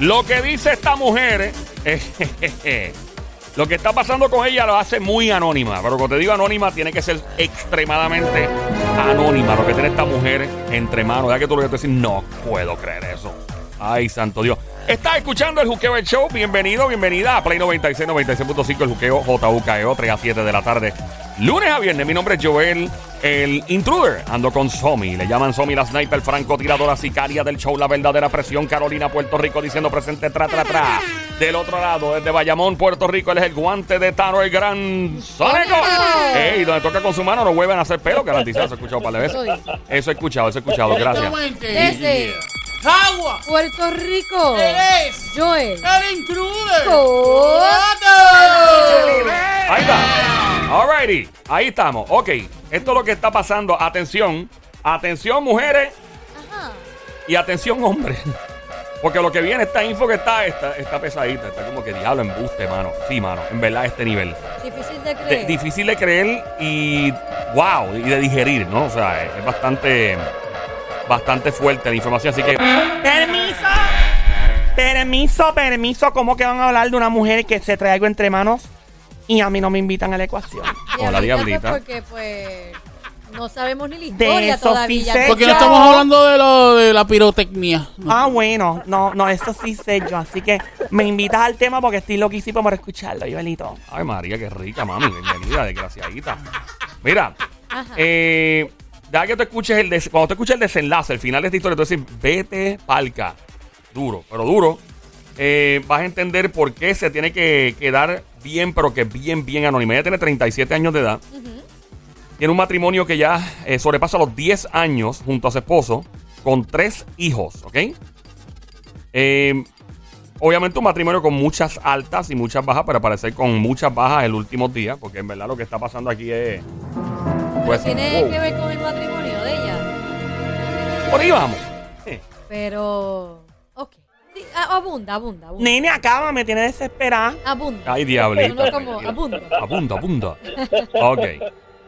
Lo que dice esta mujer, eh, eh, lo que está pasando con ella lo hace muy anónima. Pero cuando te digo anónima, tiene que ser extremadamente anónima lo que tiene esta mujer entre manos. Ya que tú lo que te decir, no puedo creer eso. Ay, santo Dios. Estás escuchando el Juqueo del Show. Bienvenido, bienvenida a Play 96, 96.5, el Juqueo JUKEO, 3 E a 7 de la tarde. Lunes a viernes, mi nombre es Joel, el intruder. Ando con Somi, le llaman Somi la sniper, francotiradora, sicaria del show, la verdadera presión. Carolina, Puerto Rico, diciendo presente, tra, tra, tra. Del otro lado, desde Bayamón, Puerto Rico, él es el guante de Tano, el gran Sónico. Ey, donde toca con su mano no vuelven a hacer pelo, garantizado. Eso he escuchado para veces. Eso he escuchado, eso he escuchado, gracias. Desde Agua, Puerto Rico, eres Joel. el intruder. Co- Ahí está. Alrighty. Ahí estamos. Ok. Esto es lo que está pasando. Atención. Atención, mujeres. Y atención, hombres. Porque lo que viene, esta info que está, está, está pesadita. Está como que diablo embuste, mano. Sí, mano. En verdad, este nivel. Difícil de De- creer. difícil de creer y. ¡Wow! Y de digerir, ¿no? O sea, es, es bastante. Bastante fuerte la información. Así que. Permiso. Permiso, permiso. ¿Cómo que van a hablar de una mujer que se trae algo entre manos y a mí no me invitan a la ecuación? Diablita, Hola, diablita. pues, Porque, pues, no sabemos ni la De historia eso todavía. sí sé. Ya- Porque no Yo- estamos hablando de lo de la pirotecnia. Ah, bueno. No, no, eso sí sé yo. Así que me invitas al tema porque estoy loquísimo por escucharlo, Joelito. Ay, María, qué rica, mami. Bienvenida, desgraciadita. Mira, eh, ya que tú escuches el des- cuando tú escuches el desenlace, el final de esta historia, tú dices, vete palca. Duro, pero duro. Eh, vas a entender por qué se tiene que quedar bien, pero que bien, bien anónima. Ella tiene 37 años de edad. Tiene un matrimonio que ya eh, sobrepasa los 10 años junto a su esposo, con tres hijos, ¿ok? Eh, Obviamente un matrimonio con muchas altas y muchas bajas, pero parecer con muchas bajas el último día, porque en verdad lo que está pasando aquí es... Pero pues, tiene wow. que ver con el matrimonio de ella. Por ahí vamos. Eh, Pero, ok. Sí, a- abunda, abunda, abunda. Nene, acaba, me tiene desesperada. abunda. Ay, diablita. No, no, como, abunda. Abunda, abunda. Ok.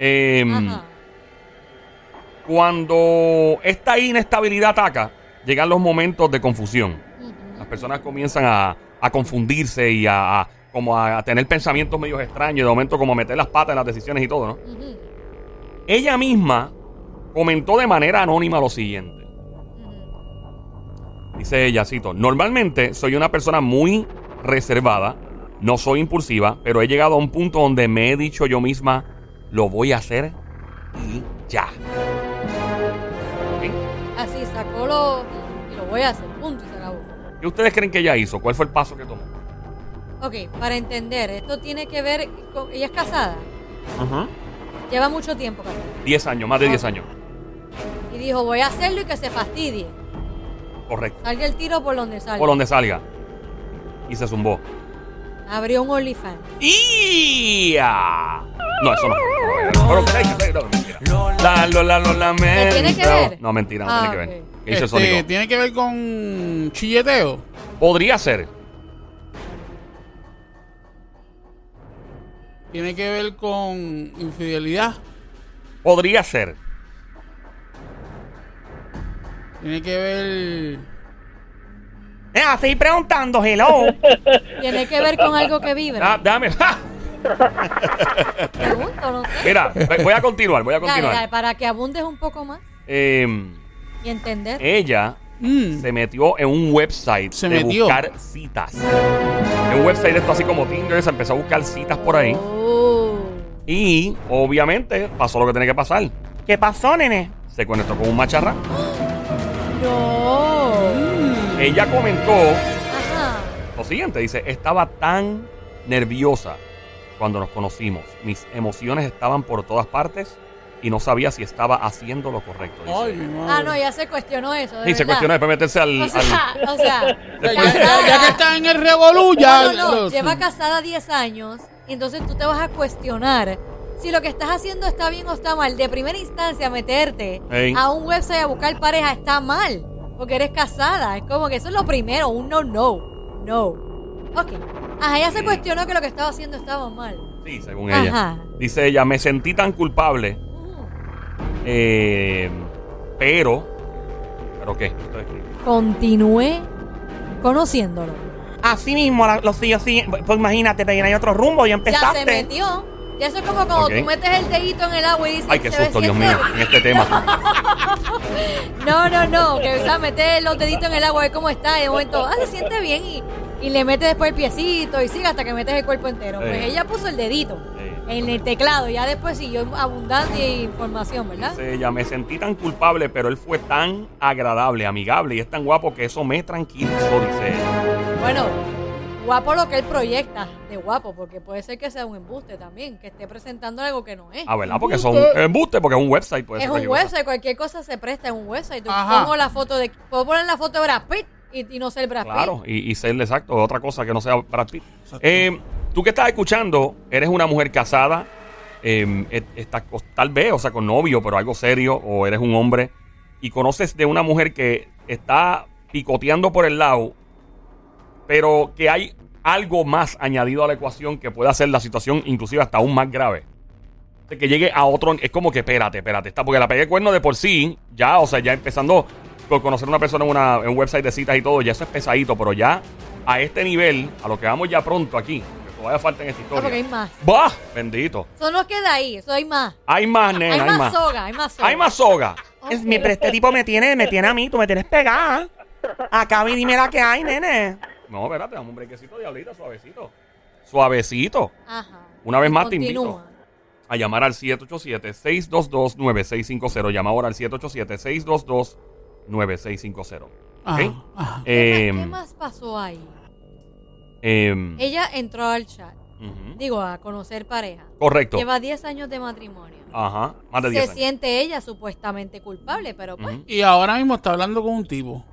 Em, Ajá. cuando esta inestabilidad ataca, llegan los momentos de confusión. Ujú. Las personas comienzan a, a confundirse y a, a- como a, a tener pensamientos medios extraños, y de momento como a meter las patas en las decisiones y todo, ¿no? Ujú. Ella misma comentó de manera anónima lo siguiente. Ujú. Dice ella, cito, normalmente soy una persona muy reservada, no soy impulsiva, pero he llegado a un punto donde me he dicho yo misma, lo voy a hacer y ya. ¿Ok? Así sacó lo... Y lo voy a hacer, punto, y se acabó. ¿Qué ustedes creen que ella hizo? ¿Cuál fue el paso que tomó? Ok, para entender, esto tiene que ver con... Ella es casada. Lleva mucho tiempo casada. 10 años, más de 10 años. Y dijo, voy a hacerlo y que se fastidie. Correcto. Salga el tiro por donde salga. Por donde salga. Y se zumbó. Abrió un OnlyFans. ¡Ya! No, eso no. Pero, pero, pero, mentira. La, lo, la, lo, lamento. ¿Tiene que ver? No, mentira, no Ah, tiene que ver. ok. ¿Qué hizo el Este, Sónico? tiene que ver con chilleteo. Podría ser. Tiene que ver con infidelidad. Podría ser. Tiene que ver. Nena, seguí preguntando, hello. Tiene que ver con algo que vibra. Ah, dame. Pregunto, no sé. Mira, ve- voy a continuar, voy a Dale, dale, continuar. para que abundes un poco más Eh, y entender. ella Mm, se metió en un website Se de metió. buscar citas. En un website de esto así como Tinder, se empezó a buscar citas por ahí. Oh. Y obviamente pasó lo que tenía que pasar. ¿Qué pasó, nene? Se conectó con un macharra. No. Ella comentó Ajá. lo siguiente, dice, estaba tan nerviosa cuando nos conocimos. Mis emociones estaban por todas partes y no sabía si estaba haciendo lo correcto. dice. Ay, mi madre. Ah, no, ya se cuestionó eso. De y se verdad. cuestiona después meterse al- O al sea, o sea Ya, ya- casada- ya que está en el revolú, ya. No, no, no, lo- lleva casada 10 años, y entonces tú te vas a cuestionar si lo que estás haciendo está bien o está mal. De primera instancia, meterte Ey. a un website a buscar pareja está mal, porque eres casada. Es como que eso es lo primero, un no, no, no. Ok. Ajá, ella se cuestionó que lo que estaba haciendo estaba mal. Sí, según Ajá. ella. Dice ella, me sentí tan culpable, Ujú. eh, pero ¿Pero qué? Esto es- Continúe conociéndolo. Así mismo, la- los sillos siguen. Pues imagínate, Peguina, hay otro rumbo y Ya se empezaste. metió. Ya eso es como cuando Ok. tú metes el dedito en el agua y dices... Ay, qué "Se ve susto, Dios siempre". mío, en este tema. No, no, no. Que o sea, meter los deditos en el agua, ver cómo está. Y de momento, ah, se siente bien. Y, y le metes después el piecito y sigue hasta que metes el cuerpo entero. Sí. Pues ella puso el dedito Sí. en el teclado. Ya después siguió abundante información, ¿verdad? Dice ella, me sentí tan culpable, pero él fue tan agradable, amigable y es tan guapo que eso me tranquilizó, dice ella. Bueno, guapo lo que él proyecta de guapo, porque puede ser que sea un embuste también, que esté presentando algo que no es. Ah, ¿verdad? Porque son embuste, porque es un website. Puede es ser un cualquier cosa. website, cualquier cosa se presta en un website. Yo Ajá. pongo la foto de. Puedo poner la foto de Brad Pitt y, y no ser Brad Pitt. Claro, y, y ser exacto, otra cosa que no sea Brad Pitt. Eh, tú que estás escuchando, eres una mujer casada, eh, et- estás co- tal vez, o sea, con novio, pero algo serio, o eres un hombre, y conoces de una mujer que está picoteando por el lado, pero que hay algo más añadido a la ecuación que puede hacer la situación inclusive hasta aún más grave. De que llegue a otro. Es como que espérate, espérate. Está, porque la pegué cuerno de por sí, ya, o sea, ya empezando por conocer a una persona en, una, en un website de citas y todo, ya eso es pesadito, pero ya a este nivel, a lo que vamos ya pronto aquí, que todavía falta en esta No, Ah, porque hay historia. más. ¡Bah! Bendito. Eso no queda ahí, eso hay más. Hay más, nena, hay, hay, más, más. soga, hay más soga. Hay más soga. Es, mi- pero este tipo me tiene, me tiene a mí, tú me tienes pegada. Acá ven y dime la que hay, nene. No, espérate, dame un brequecito, diablita, suavecito. Suavecito. Ajá. Una vez más te Continúa. invito. a llamar al 787-622-9650. Llama ahora al 787-622-9650. Ajá, ¿Ok? ajá. ¿Qué Eh, más- ¿Qué más pasó ahí? eh, Ella entró al chat, ujú. digo, a conocer pareja. Correcto. Lleva 10 años de matrimonio. Ajá. Ah, Más de Se 10 años. siente ella supuestamente culpable, pero pues. Ujú. Y ahora mismo está hablando con un tipo.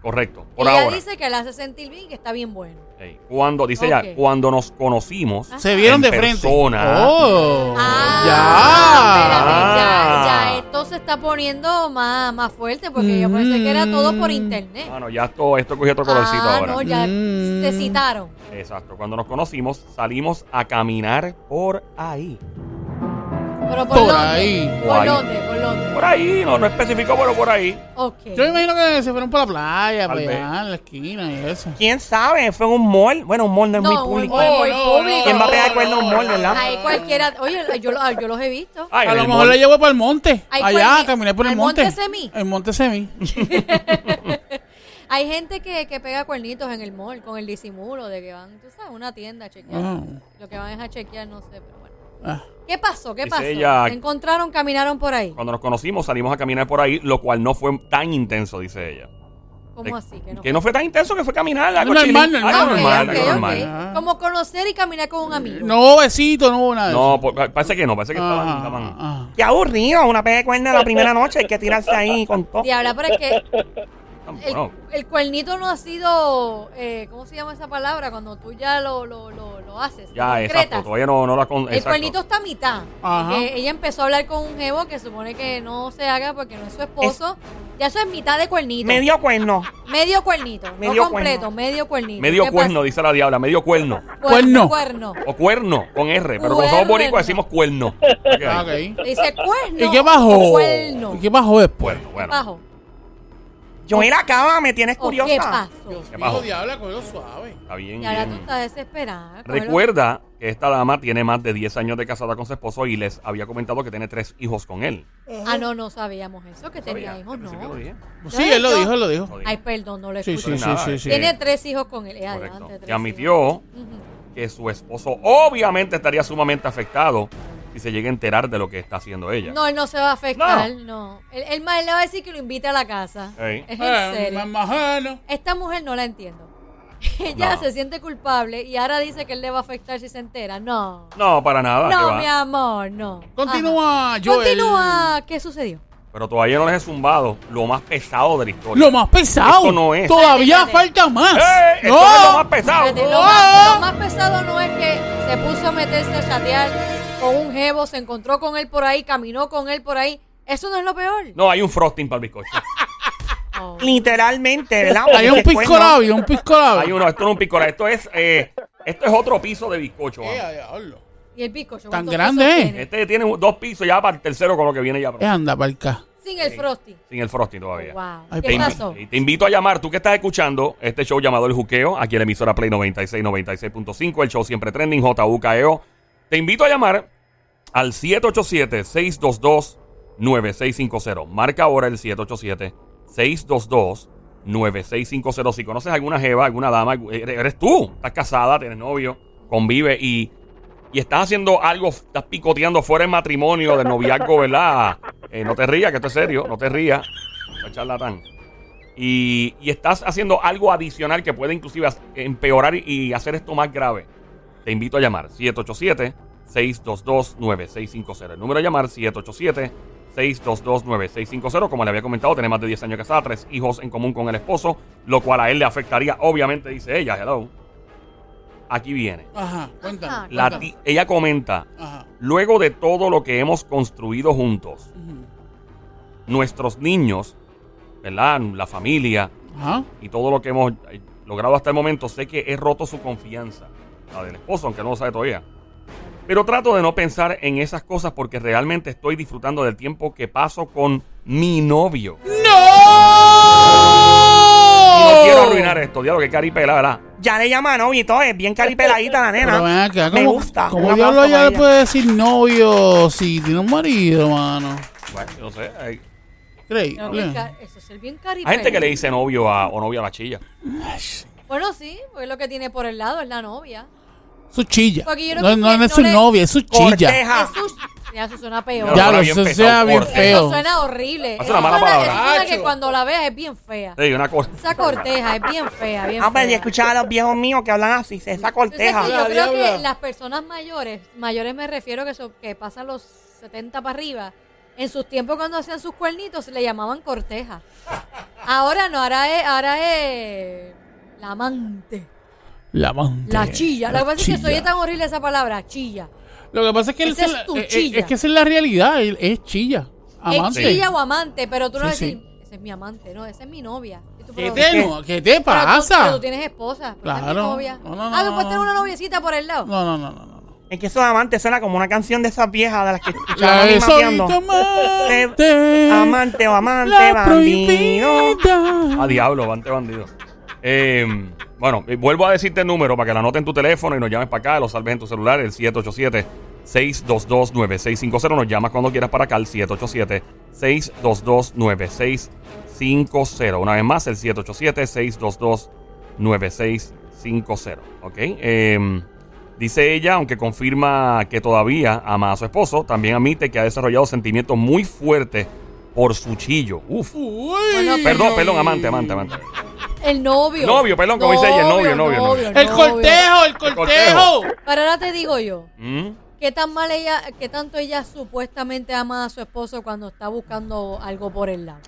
Correcto. Por ella ahora. dice que la hace sentir bien y que está bien bueno. Ey, Cuando, dice ella, Ok. cuando nos conocimos, Ah. Se vieron En de frente. persona. Oh, espérate, ya, Ah. ya, esto se está poniendo más, más fuerte porque yo pensé que era todo por internet. bueno, ya esto, esto cogió otro colorcito ah, ahora. no, ya Mm. se citaron. Exacto. Cuando nos conocimos, salimos a caminar por ahí. Pero por, Por dónde, ahí. por Ahí. dónde, por dónde. Por ahí, no, no especificó, pero por ahí. Ok. Yo me imagino que se fueron para la playa, Tal para vez. allá, en la esquina y eso. ¿Quién sabe? Fue en un mall. Bueno, un mall no es No, muy un público. mall. ¿Quién va a pegar no, cuerno en un mall, no, verdad? Ahí cualquiera, oye, yo, lo- yo los he visto. Ay, A en lo el mejor mall. la llevo para el monte. Ahí Allá, cuelgue- caminé por el al monte. monte Semí. El monte Semi. Hay gente que, que pega cuernitos en el mall con el disimulo de que van, tú sabes, a una tienda a chequear. Ah. Lo que van es a chequear, no sé, pero bueno. Ah. ¿Qué pasó? ¿Qué Dice pasó? ella- ¿Se encontraron, caminaron por ahí? Cuando nos conocimos, salimos a caminar por ahí, lo cual no fue tan intenso, dice ella. ¿Cómo Eh, así? Que no. que no fue tan intenso que fue caminar. algo Normal, chilling. normal. Algo Ah, ok, normal, ok, algo ok. normal. normal. Como conocer y caminar con un amigo. No besito, no hubo nada. de No, eso. por- parece que no, parece que estaban, Ah, estaban- ah. Qué aburrido, una pega de cuerno la primera noche. Hay que tirarse ahí con todo. Diabla, pero es que estaban- el, bueno, el cuernito no ha sido, eh, ¿cómo se llama esa palabra? Cuando tú ya lo, lo, lo, lo haces. ya, concretas. exacto, todavía no, no la con, El exacto. cuernito está a mitad. Ajá. Porque ella empezó a hablar con un jevo que supone que no se haga porque no es su esposo. Ya eso es mitad de cuernito. Medio cuerno. Medio cuernito. Medio no completo, cuerno. medio cuernito. Medio ¿Qué cuerno, dice la diabla, medio cuerno. pasa? Cuerno. Cuerno. O cuerno, con R, pero como somos Cuerno. boricuas decimos cuerno. Ok. Ah, ok. Dice cuerno. ¿Y qué bajó? Cuerno. ¿Y qué bajó después? Bueno, bueno. Bajo. Yo la cama, me ¿O tienes ¿Qué curiosa. pasó? ¿Qué bajó? diabla, cogió suave. Está bien, Y ahora tú bien. estás desesperada. cógelo. Recuerda que esta dama tiene más de 10 años de casada con su esposo y les había comentado que tiene tres hijos con él. Ah, no, no sabíamos eso, que tenía Sabía, hijos, al principio no. lo dije. Sí, él lo dijo, él lo dijo. Lo dije. Ay, perdón, no lo Sí, escuché. sí, sí, Nada, sí, sí. Tiene tres hijos con él. Eh, Correcto. adelante, tres Que admitió hijos. Ujú. que su esposo obviamente estaría sumamente afectado si se llega a enterar de lo que está haciendo ella. No, él no se va a afectar, no. Él, él más le va a decir que lo invite a la casa. Ey. Es en Eh, serio. mamajano. Esta mujer no la entiendo. Ella No. se siente culpable y ahora dice que él le va a afectar si se entera. No. No, para nada. Ah, ¿qué No, va? mi amor, no. Continúa, Ajá. Joel. Continúa. ¿Qué sucedió? Pero todavía no les he zumbado lo más pesado de la historia. Lo más pesado. Esto no es. Todavía Espérate. falta más. ¡Eh! ¡Esto no. es lo más pesado! Espérate, lo, ¡Oh! más, lo más pesado no es que se puso a meterse a chatear con un jevo, se encontró con él por ahí, caminó con él por ahí. Eso no es lo peor. No, hay un frosting para el bizcocho. Oh. Literalmente, ¿verdad? Hay un Porque pisco cuerno- labio, un pisco labio. Hay uno, esto no es un picola, esto es, eh, esto es otro piso de bizcocho. Eh, vamos. a diablo. Y el bizcocho. Tan ¿cuántos grande, pisos ¿eh? tiene? Este tiene un- dos pisos ya para el tercero con lo que viene ya. Eh, pronto. anda para acá. sin el frosting. Sin el frosting todavía. Wow. Ay, Oh, Te ¿Qué invi- pasó? y Te invito a llamar, tú que estás escuchando este show llamado El Juqueo, aquí en la emisora Play 96, 96.5, el show siempre trending, JUKEO. E Te invito a llamar al 787-622-9650. Marca ahora el 787-622-9650. Si conoces alguna jeva, alguna dama, eres eres tú, estás casada, tienes novio, convive y, y estás haciendo algo, estás picoteando fuera del matrimonio, del noviazgo, ¿verdad? Eh, no te rías, que esto es serio, no te rías. Está charlatán. Y, y estás haciendo algo adicional que puede inclusive as- empeorar y- y hacer esto más grave. Te invito a llamar 787-622-9650. El número a llamar 787-622-9650. Como le había comentado, tiene más de 10 años casada, tres hijos en común con el esposo, lo cual a él le afectaría, obviamente, dice ella. Hello. Aquí viene. Ajá, cuéntame. La cuéntame. ti- ella comenta, Ajá. luego de todo lo que hemos construido juntos, Ujú. nuestros niños, ¿verdad? La familia, Ajá. y todo lo que hemos eh, logrado hasta el momento, sé que he roto su confianza, la del esposo, aunque no lo sabe todavía. Pero trato de no pensar en esas cosas porque realmente estoy disfrutando del tiempo que paso con mi novio. ¡No! Y no No quiero arruinar esto, diablo, que caripela, ¿verdad? Ya le llama novio y todo, es bien caripeladita la Pero ven nena. acá, Me ¿cómo, gusta. ¿cómo Un diablo aplauso ella para le puede decir novio si tiene un marido, mano? Bueno, yo no sé. Hay, Pero bien Increíble. ca- Eso es el bien caripelo. hay gente que le dice novio a, o novia a la chilla. Bueno, sí, porque lo que tiene por el lado es la novia. Su chilla. Porque yo no No, creo no, que no es no su le- novia, es su chilla. Ah. Corteja. Eso, es- ya, eso suena peor. Ya, Ahora lo bien eso pesado, sea bien corte. Eso feo. suena horrible. Hace Eso una mala suena- palabra. eso suena que Acho. cuando la veas es bien fea. Sí, una cosa. Esa corteja es bien fea, bien Ah, pues yo fea. escuchaba a los viejos míos que hablan así, esa Entonces, corteja. que yo La creo que diabla. las personas mayores, mayores me refiero que, son, que pasan los 70 para arriba, en sus tiempos cuando hacían sus cuernitos le llamaban corteja. Ahora no, ahora es, ahora es la amante, La amante. la chilla. Lo que pasa es que chilla. soy tan horrible esa palabra, chilla. Lo que pasa es que Esa esa es, es tu la- eh, chilla. es que esa es la realidad, él es chilla. Amante. Es chilla o amante, pero tú no Sí, decís, ese es mi amante, no, esa es mi novia. Y tú, ¿Qué pero- te, no? ¿Qué te pero tú- pero pasa? tú tienes esposa, pero esa es mi Claro. novia. No, no, ah, no, tú puedes no, tener no. una noviecita por el lado. No, no, no, no, no. no. Es que eso de amante suena como una canción de esas viejas de las que escuchaba La a mí de soy mateando. tu amante. Te- Amante o amante, La bambino. A prohibida. diablo, vante bandido. Eh, bueno, eh, vuelvo a decirte el número para que la anotes en tu teléfono y nos llames para acá, lo salves en tu celular, el 787-622-9650. Nos llamas cuando quieras para acá, el 787-622-9650. Una vez más, el 787-622-9650. ¿Ok? Eh, dice ella, aunque confirma que todavía ama a su esposo, también admite que ha desarrollado sentimientos muy fuertes por su chillo. Uf. Bueno, pues, Uy. Perdón, perdón, amante, amante, amante. El novio. Novio, perdón, como dice ella, el novio, novio, novio. El cortejo, el cortejo. Pero ahora te digo yo, ¿Mm? ¿qué tan mal ella, qué tanto ella supuestamente ama a su esposo cuando está buscando algo por el lado?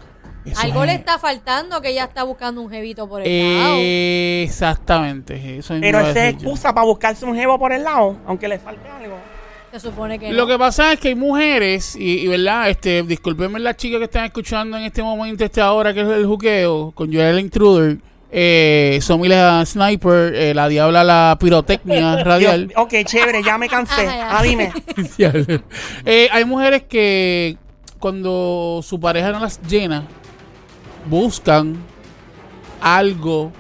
Eso Algo le es- está faltando que ella está buscando un jevito por el Eh, Exactamente. Eso mismo Pero iba a esa es decir yo. excusa para buscarse un jevo por el lado, aunque le falte algo. lado. Se supone que Lo no. que pasa es que hay mujeres, y, y verdad, este, discúlpenme las chicas que están escuchando en este momento, esta hora que es el juqueo, con Joel el Intruder, eh, Somi la Sniper, eh, la Diabla la Pirotecnia Radial. Dios, ok, chévere, ya me cansé. Ajá, ya. Ah, dime. Diablo. Eh, hay mujeres que cuando su pareja no las llena, buscan algo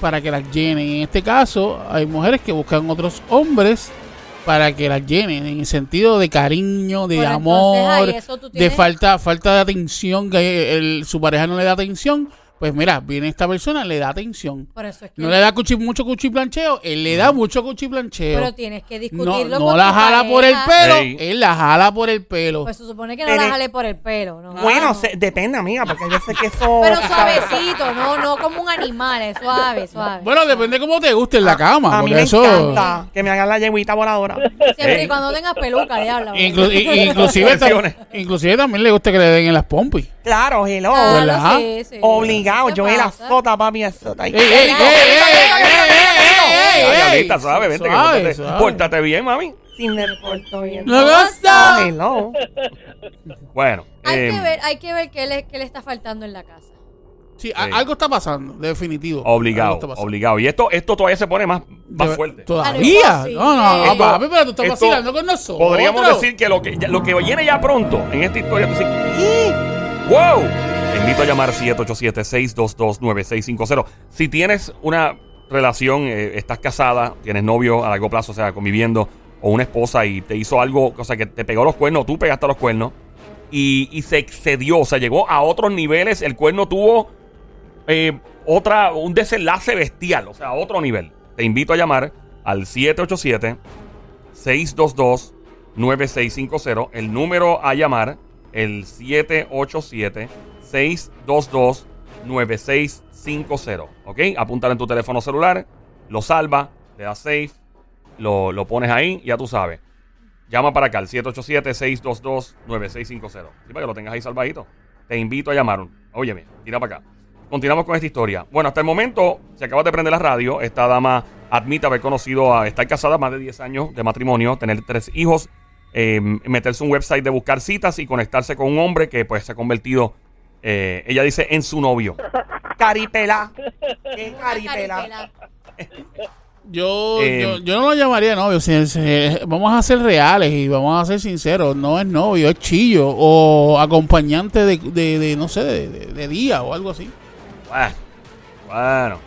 para que las llenen. En este caso, hay mujeres que buscan otros hombres para que las llenen, en el sentido de cariño, de Pero entonces, amor, ahí eso tú de tienes- falta, falta de atención, que el- su pareja no le da atención. Pues mira, viene esta persona, le da atención. Por eso es que No le da cuchi- mucho cuchiplancheo, él le da mucho cuchiplancheo. Pero tienes que No, discutirlo no con la tu jala por el pareja. pelo. Ey. Él la jala por el pelo. Pues se supone que no Pero- la jale por el pelo, ¿no? Bueno, No. se- depende, amiga, porque yo sé que eso. Pero tú sabes, suavecito, no, no como un animal, es suave, suave. bueno, depende cómo te guste en la cama. a Ah, porque mí me eso. encanta que me hagan la yeguita voladora. Siempre Ey. y cuando tengas peluca, diablo. eh, Inclu- i- i- inclusive, Versiones. tam- inclusive también le gusta que le den en las pompis. Claro, hello. Claro, ¿verdad? sí, sí. Obligado, ¿Qué yo era pasa? sota, papi, azota. ¡Ey, ey, ey, ey, ey, ey, ey, Ya, ey, diablita, suave, vente, que Suave, pórtate- suave. pórtate bien, mami. Si me porto bien. ¡No gusta! Hello. Bueno, Hay eh, que Em. ver, hay que ver qué le, qué le está faltando en la casa. Sí, a- algo está pasando, definitivo. obligado, Algo está pasando. obligado. Y esto, esto todavía se pone más, más De- fuerte. Todavía. Ah, no, No, no, sí. Esto- papi, pero tú estás esto vacilando con nosotros. Podríamos decir que lo que, ya- lo que viene ya pronto en esta historia, tú dices, "Ih, pues ¡Wow! Te invito a llamar 787-622-9650. Si tienes una relación, eh, estás casada, tienes novio a largo plazo, o sea, conviviendo, o una esposa y te hizo algo, o sea, que te pegó los cuernos, tú pegaste los cuernos, y, y se excedió, o sea, llegó a otros niveles, el cuerno tuvo eh, otra, un desenlace bestial, o sea, a otro nivel. Te invito a llamar al 787 622-9650. El número a llamar, el 787-622-9650. ¿Ok? Apúntalo en tu teléfono celular, lo salva, le das save, lo, lo pones ahí, ya tú sabes. Llama para acá, al 787-622-9650. Sí, para que lo tengas ahí salvadito. Te invito a llamar. Óyeme, tira para acá. Continuamos con esta historia. Bueno, hasta el momento, se acaba de prender la radio. Esta dama admite haber conocido a estar casada más de 10 años de matrimonio, tener tres hijos, eh, meterse un website de buscar citas y conectarse con un hombre que pues se ha convertido, eh, ella dice, en su novio. Caripela. Qué caripela. Caripela. Yo, Eh, yo, yo no lo llamaría novio. si- si- vamos a ser reales y vamos a ser sinceros. No es novio, es chillo o acompañante de, de- de, no sé, de, de- de día o algo así. Bueno, bueno.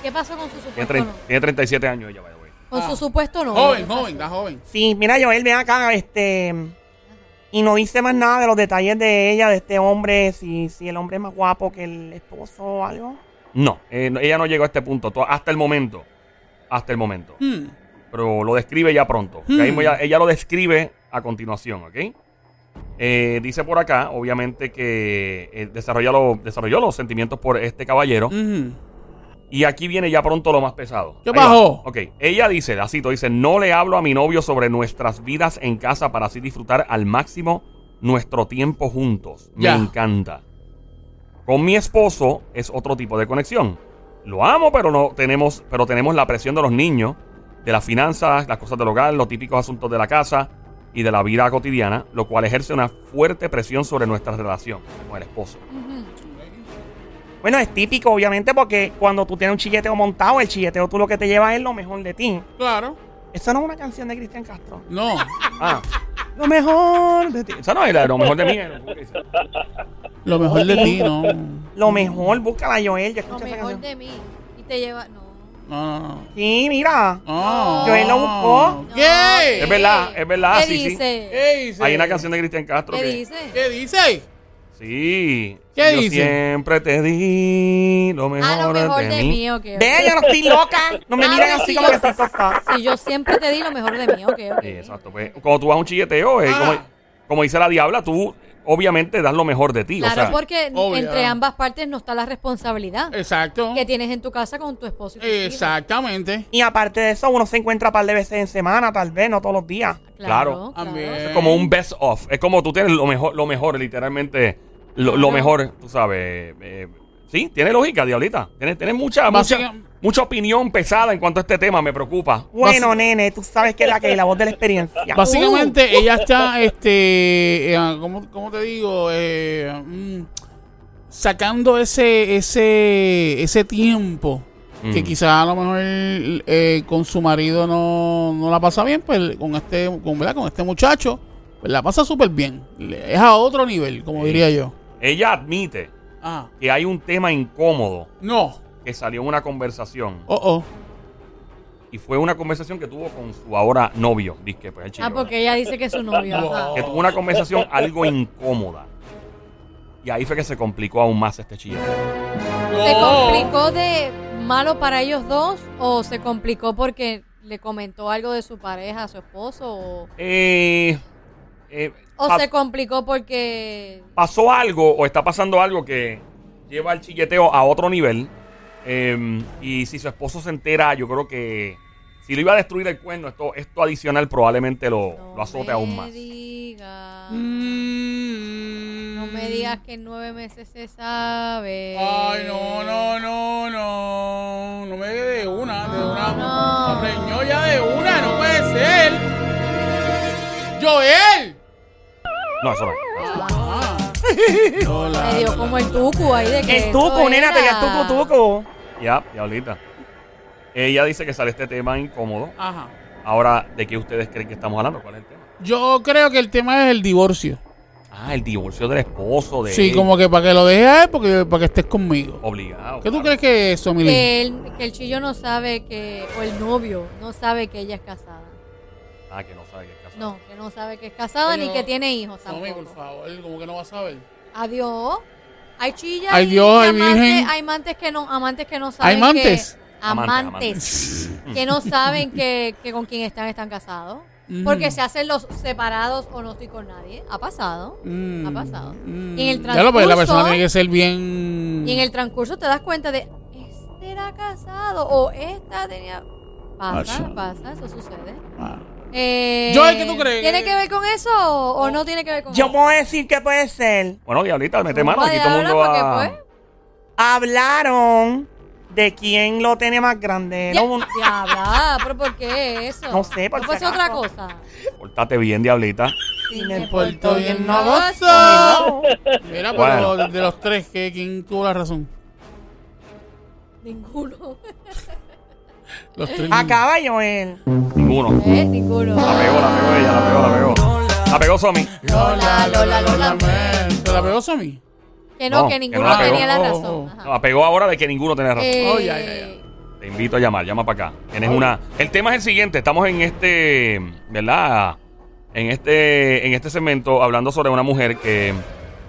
¿Qué pasó con su Tiene, supuesto tre- no? tiene 37 años ella, by the way. Con Ah. su supuesto no. Joven, joven, está joven. Sí, mira, Joel, ven acá, este. Y no dice más nada de los detalles de ella, de este hombre, si, si el hombre es más guapo que el esposo o algo. No, eh, no, ella no llegó a este punto, to- hasta el momento. Hasta el momento. Hmm. pero lo describe ya pronto. Hmm. Ya mismo ella, ella lo describe a continuación, ¿ok? Eh, dice por acá, obviamente, que eh, desarrolla lo- desarrolló los sentimientos por este caballero. Ujú. Y aquí viene ya pronto lo más pesado. ¿Qué Ahí va. pasó? Ok, ella dice, la cito, dice, no le hablo a mi novio sobre nuestras vidas en casa para así disfrutar al máximo nuestro tiempo juntos. Ya. Me encanta. Con mi esposo es otro tipo de conexión. Lo amo, pero no tenemos, pero tenemos la presión de los niños, de las finanzas, las cosas del hogar, los típicos asuntos de la casa y de la vida cotidiana, lo cual ejerce una fuerte presión sobre nuestra relación con el esposo. Bueno, es típico, obviamente, porque cuando tú tienes un chilleteo montado, el chilleteo tú lo que te llevas es lo mejor de ti. Claro. Eso no es una canción de Cristian Castro. No. Ah, Lo mejor de ti. esa no era lo mejor de mí. era- ¿cómo que dice? Lo mejor de ti, no. No, Lo mejor, búscala, Joel. Yo Lo escucho esa mejor canción. de mí. Y te lleva. No. no, no. Sí, mira. No. Joel lo buscó. No, ¿Qué? Es verdad, es verdad, ¿Qué sí, sí. dice? ¿Qué dice? Hay una canción de Cristian Castro ¿Qué que dice? ¿Qué dice? Sí. ¿Qué yo dice? siempre te di lo mejor, Ah, lo mejor de, de mí. mí, ok. ok. Ve, yo no estoy loca. No me Ah, miren bueno, así sí, como yo- que estoy tostada. Si yo siempre te di lo mejor de mí, ok, ok. Sí, exacto. pues, cuando tú vas a un chilleteo, eh, Ah. como, como dice la diabla, tú obviamente das lo mejor de ti. Claro, o sea, porque obvio. entre ambas partes no está la responsabilidad Exacto. que tienes en tu casa con tu esposo. y tus hijos. Exactamente. Y aparte de eso, uno se encuentra un par de veces en semana, tal vez, no todos los días. Claro. Claro, claro. También. es como un best of. Es como tú tienes lo mejor, lo mejor literalmente. Lo, lo Claro. mejor, tú sabes. eh, sí, tiene lógica, diablita. Tienes tiene mucha, mucha, Básica- mucha opinión pesada en cuanto a este tema, me preocupa. Bueno, nene, tú sabes que es la que la voz de la experiencia. Básicamente Uh. ella está, este, eh, ¿cómo, cómo te digo? Eh, mm, sacando ese, ese, ese tiempo que Mm. quizá a lo mejor eh, con su marido no, no la pasa bien, pues con este, con, ¿verdad? con este muchacho, pues la pasa súper bien. Le- Es a otro nivel, como Sí. diría yo. Ella admite Ah, que hay un tema incómodo no. que salió en una conversación. Oh, oh. Y fue una conversación que tuvo con su ahora novio. Dice, pues el chico. Ah, porque ella dice que es su novio. ajá. Que tuvo una conversación algo incómoda. Y ahí fue que se complicó aún más este chillo. ¿Se complicó de malo para ellos dos o se complicó porque le comentó algo de su pareja, a su esposo? ¿O, Eh, eh, o pa- se complicó porque... pasó algo o está pasando algo que lleva el chilleteo a otro nivel. Eh, y si su esposo se entera, yo creo que si lo iba a destruir el cuerno, esto, esto adicional probablemente lo, lo azote aún más. No me digas. Mm. No No Mm. me digas que en nueve meses se sabe. Ay, no, no, no, no. No me de una, de una. No. Hombre, yo ya de una, no puede ser. Joel. No, eso no. Ah. Me dio como el tucu ahí de que. El eso tuco, nena, te era. quedas tuco, tuco. Ya, ya ahorita. Ella dice que sale este tema incómodo. Ajá. Ahora, ¿de qué ustedes creen que estamos hablando? ¿Cuál es el tema? Yo creo que el tema es el divorcio. Ah, el divorcio del esposo. De Sí, él. como que para que lo dejes a él, porque, para que estés conmigo. Obligado. ¿Qué tú claro. crees que es eso, Emily? Que el, que el chillo no sabe que, o el novio, no sabe que ella es casada. Ah, que no sabe que es casado. No, que no sabe que es casada Pero- ni que tiene hijos Mami, tampoco. por favor, como que no vas a saber. Adiós. Hay chillas. Ay, y- Dios, y ay, amantes- Virgen. Hay amantes que no, amantes que no saben. ¿Hay amantes? que- Amantes, amantes. Que no saben que, que con quién están, están casados. Porque Mm. se hacen los separados o no estoy con nadie. Ha pasado. Mm, Ha pasado. mm. Y en el Ya lo pues, la persona transcurso- tiene que ser bien. Y en el transcurso te das cuenta de. Este era casado o esta tenía. Pasa, Pasa. pasa, eso sucede. Ah. Eh, Joel, ¿qué tú crees? ¿Tiene que ver con eso o, o no tiene que ver con Yo eso? puedo decir que puede ser. Bueno, diablita, mete este mano. Zumba Aquí de todo el mundo ahora, va. porque, Hablaron de quién lo tiene más grande. Ya, No, un- Diabla, pero ¿por qué eso? No sé, por ¿No fuese si otra acaso. cosa. Pórtate bien, diablita. Si me me porto porto bien, bien, no no gozo. gozo. Mira, Bueno. pero de los tres, ¿qué- ¿quién tuvo la razón? Ninguno. Los tres. Acaba Joel. Ninguno. ¿Eh? Ninguno. Mm, La pegó, la pegó ella, la pegó, la pegó. La pegó Somi. Lola, Lola, lo ¿Te la pegó Sammy? Que no, No, que que ninguno no la pegó. tenía la Oh, razón. oh, Ajá. No, La pegó ahora de que ninguno tenía razón. Eh, Oh, ya, ya, ya. Te invito a llamar, llama para acá. Tienes una. El tema es el siguiente. Estamos en este, ¿verdad? En este, en este segmento hablando sobre una mujer que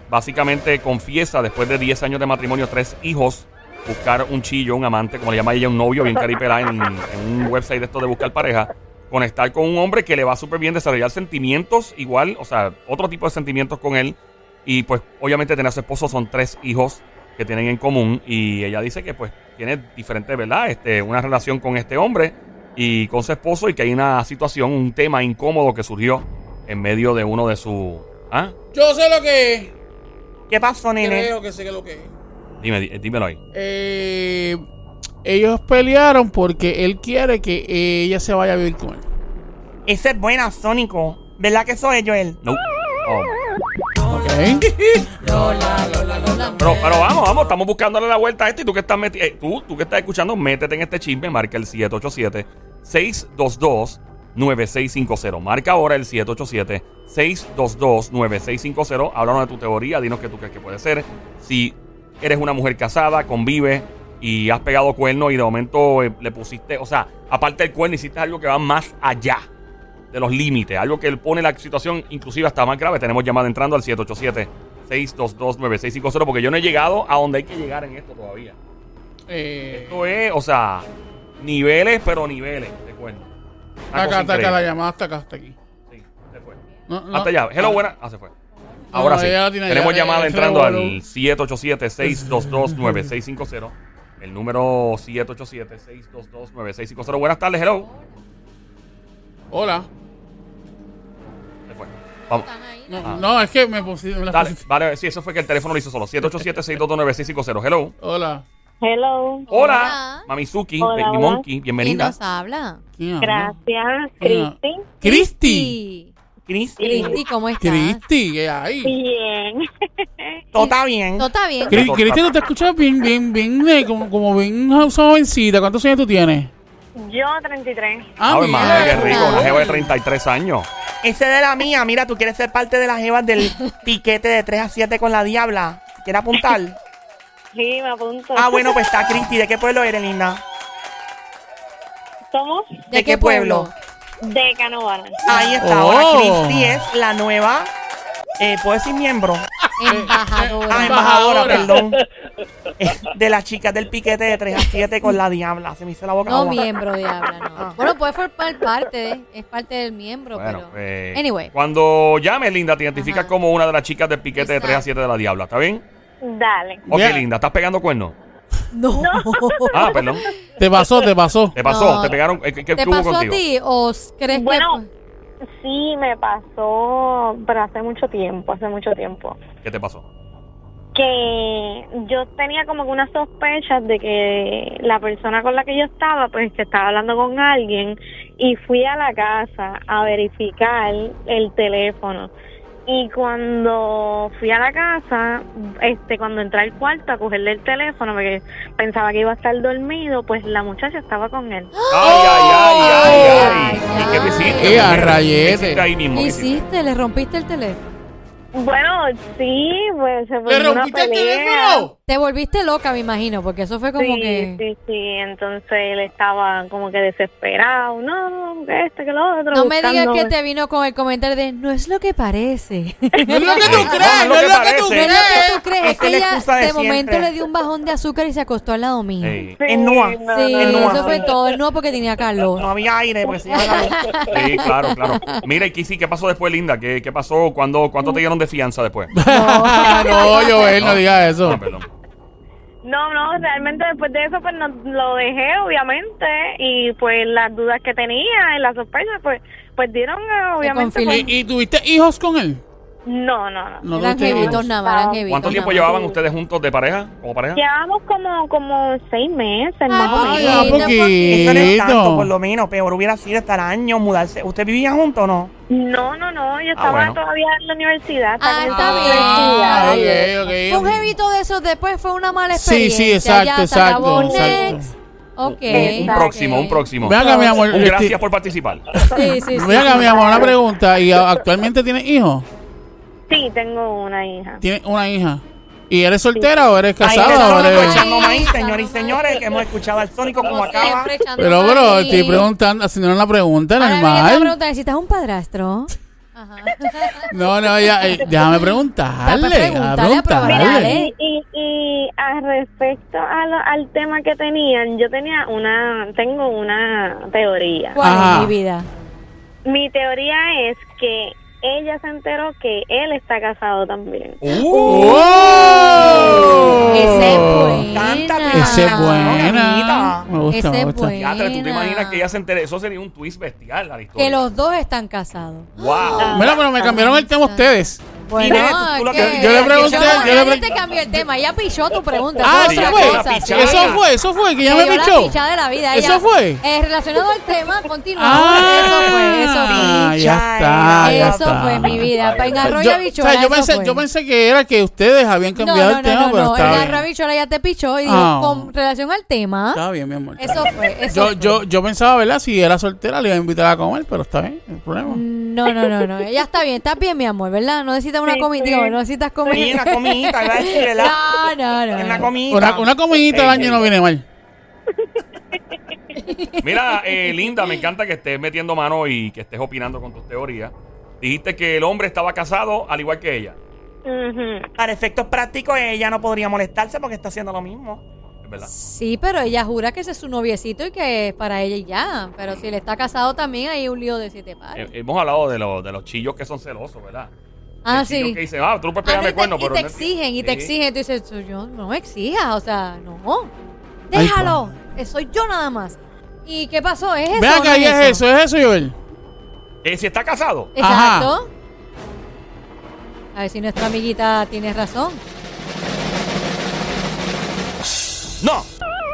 básicamente confiesa después de 10 años de matrimonio, tres hijos, buscar un chillo, un amante, como le llama ella, un novio bien caripelá en, en un website de esto de buscar pareja. Conectar con un hombre que le va súper bien, desarrollar sentimientos igual, o sea, otro tipo de sentimientos con él. Y pues obviamente tener a su esposo son tres hijos que tienen en común y ella dice que pues tiene diferente, ¿verdad? Este, una relación con este hombre y con su esposo y que hay una situación, un tema incómodo que surgió en medio de uno de sus... ¿Ah? Yo sé lo que es. ¿Qué pasó, nene? Creo que sé lo que es. Dime, di- dímelo ahí. Eh, ellos pelearon porque él quiere que ella se vaya a vivir con él. Esa es buena, Sónico. ¿Verdad que soy Joel? No. Oh. ¿Ok? Pero, pero vamos, vamos, estamos buscándole la vuelta a esto y tú que estás meti- eh, tú, tú que estás escuchando, métete en este chisme, marca el 787 622 9650. Marca ahora el 787 622 9650. Háblanos de tu teoría, dinos qué tú crees que puede ser. Si eres una mujer casada, convive y has pegado cuerno y de momento eh, le pusiste, o sea, aparte del cuerno hiciste algo que va más allá de los límites, algo que él pone la situación inclusive hasta más grave. Tenemos llamada entrando al 787-622-9650 porque yo no he llegado a donde hay que llegar en esto todavía. Eh, Esto es, o sea, niveles, pero niveles, te cuento. Una acá, cosa hasta acá, la increíble. llamada hasta acá, hasta aquí. Sí, se fue. No, no. Hasta allá. Hello, buena. Ah, se fue. Ahora no, sí. ella la tiene, eh, Tenemos ella- llamada ella entrando la al voló. 787-622-9650. El número 787-622-9650. Buenas tardes, hello. Hola. Se fue. Vamos. Están ahí, No, Ah. no, es que me pusieron la Dale, vale, sí, eso fue que el teléfono lo hizo solo. 787-622-9650. Hello. Hola. Hello, Hola, Mamizuki, Hola, Baby hola. Monkey, ¿Quién bienvenida. nos habla? ¿Quién habla? gracias, Hola. Cristi. Cristi. Sí. Cristi. Cristi, ¿cómo estás? Cristi, ¿qué hay? Bien. Todo está bien. ¿Todo está bien? Cri- Cristi, tú te escuchas bien, bien, bien, eh, como, como bien jovencita. ¿Cuántos años tú tienes? Yo 33. Ah, Ave mira. madre, qué rico, una Ah. jeva de 33 años. Ese de la mía, mira, tú quieres ser parte de las jevas del piquete de 3 a 7 con la diabla. ¿Quieres apuntar? Sí, me apunto. Ah, bueno, pues está Cristi. ¿De qué pueblo eres, linda? Somos ¿de qué pueblo? de Canovana. Ahí está. Oh. Ahora Cristi es la nueva. Eh, ¿Puedo decir miembro? Ah, Embajadora. embajadora, Embajadora. perdón. Eh, De las chicas del piquete de 3 a 7 con la diabla. Se me hizo la boca No agua. miembro, diabla, no. Bueno, puede formar parte, es parte del miembro, Bueno, pero... eh, Anyway. cuando llames, Linda, te identificas Ajá. como una de las chicas del piquete de 3 a Exacto. 7 de la Diabla, ¿está bien? Dale. Ok, Ya. Linda, ¿estás pegando cuernos? No. Ah, perdón. Te pasó, te pasó. ¿Te pasó? Oh. No. ¿Te pegaron? eh, ¿Qué, qué ¿Te hubo pasó a contigo? ti o crees Bueno, que... sí, me pasó, pero hace mucho tiempo, hace mucho tiempo. ¿Qué te Oh. pasó? Que yo tenía como que unas sospechas de que la persona con la que yo estaba, pues que estaba hablando con alguien, y fui a la casa a verificar el teléfono. Y cuando fui a la casa, este, cuando entré al cuarto a cogerle el teléfono, porque pensaba que iba a estar dormido, pues la muchacha estaba con él. ¡Ay, ay, ay, ay, ay! Ay, ¿Y qué te ay. hiciste? Eh, a mujer? ¿Qué rayete. hiciste ahí mismo? ¿Qué ¿Qué hiciste? hiciste? ¿Le rompiste el teléfono? Bueno, sí, pues se ¡Le volvió una rompiste el pelea. teléfono! Te volviste loca, me imagino, porque eso fue como sí, que... sí, sí, entonces él estaba como que desesperado, no, no, que este, que lo otro. No me digas buscando- que te vino con el comentario de no es lo que parece. No es lo que tú No, crees, no es lo que parece. tú No es crees. lo que tú crees, Esa es que es la ella excusa de de momento siempre. le dio un bajón de azúcar y se acostó al lado mío. Ey, En Nua. no, Sí, no, no, no, eso no. fue todo, no porque tenía calor. No había aire porque se iba la luz. Sí, claro, claro. Mira, y Kissy, ¿qué pasó después, Linda? ¿Qué, qué pasó? ¿Cuándo, ¿Cuánto te dieron de fianza después? no, Joel, no digas eso. Ah, perdón. No, no, realmente después de eso pues no, lo dejé obviamente y pues las dudas que tenía y las sospechas pues pues dieron eh, obviamente confirmó. pues, ¿Y, y tuviste hijos con él? no, no, no. No eran tuviste hijos. jevitos nada más, eran jevitos ¿Cuánto tiempo nada más. llevaban ustedes juntos de pareja? ¿Como pareja? Llevamos como como seis meses más o Ay, Ah, menos. poquito, Eso no es tanto, por poquito. lo menos. Peor hubiera sido estar años, mudarse. ¿Usted vivía junto o no? No, no, no, yo estaba bueno. todavía en la universidad. Ah, estaba en está la bien. universidad. Ah, Ah, ok, ok. Fue un jevito de esos, después fue una mala Sí, experiencia. sí, exacto, ya se exacto, acabó, exacto. Eh, next. Ok. Un próximo, un próximo. Ven acá, mi amor. Un este, gracias por participar. Sí, sí, sí. Ven acá, mi amor, una pregunta. ¿Y a- actualmente tienes hijos? Sí, tengo una hija. ¿Tienes una hija? ¿Y eres soltera o eres Ahí casada o estamos eres...? escuchando Ay, maíz, estamos señores y mal. señores, que hemos escuchado al Sónico como Como acaba. siempre, echando Pero, bro, maíz. estoy preguntando, haciendo una pregunta Ahora viene otra normal. pregunta, ¿necesitas un padrastro? Ajá. No, no, ya, eh, déjame preguntarle. Dame, Déjame pregúntale, Mira, Dale. preguntarle. y, y, y a respecto a lo- al tema que tenían, yo tenía una, tengo una teoría. ¿Cuál es Ajá. mi vida? Mi teoría es que ella se enteró que él está casado también. Uh, ¡Oh! Ese es buena. Cántate. Ese es Ah, buena. bonita. Me gusta, me Ese es gusta. bueno. ya, pero tú te Buena. imaginas que ella se entere. Eso sería un twist bestial, la historia. Que los dos están casados. ¡Wow! Mira, pero me cambiaron el tema ustedes. Inés, tú- tú lo ¿qué? que- Yo le pregunté, No, yo le ella pregunté- te cambió el tema. Ella pichó tu pregunta. Ah, sí, eso es otra fue. cosa, sí. Eso fue, eso fue, que ya me dio la pichó. pichada de la vida. ¿Eso ella- fue? Eh, relacionado al tema, continúa. eso Ah, fue, eso fue. ya está, ya eso está. fue mi vida. Pa- En Yo, Arroyo Habichuela, o sea, yo, eso pensé, fue. yo pensé que era que ustedes habían No, cambiado no, el no, tema, no, pero no. En está Arroyo bien. Habichuela ya te pichó y dijo, Ah. con relación al tema. Está bien, mi amor. Eso fue, eso Yo, fue. yo, yo pensaba, ¿verdad? Si era soltera, le iba a invitar a comer, pero está bien, no hay problema. No, no, no, no. Ella está bien, está bien, mi amor, ¿verdad? No necesitas una Sí, comida. sí. Digo, no necesitas Sí, comida. una comidita, iba a decirle la. No, no, no. Una no. comidita. Una, una comidita al año no viene mal. Mira, eh, Linda, me encanta que estés metiendo mano y que estés opinando con tus teorías. Dijiste que el hombre estaba casado al igual que ella. Ujú. Para efectos prácticos, ella no podría molestarse porque está haciendo lo mismo. Es verdad. Sí, pero ella jura que ese es su noviecito y que es para ella y ya. Pero si él está casado también, hay un lío de siete pares. Eh, Hemos hablado de, los de los chillos que son celosos, ¿verdad? ah, eh, El chillo sí. Que dicen, ah, tú no puedes Ah, no, pegarme y te, cuerno, y pero te no es- exigen, y te Sí. exigen. Tú dices, "Yo- yo no me exijas, o sea, no. Ay, Déjalo. eh, Soy yo nada más. ¿Y qué pasó? ¿Es eso? Ve o no acá, ¿y es eso? ¿Es eso, Joel? Eh, si está casado. Ajá. Exacto. A ver si nuestra amiguita tiene razón. No.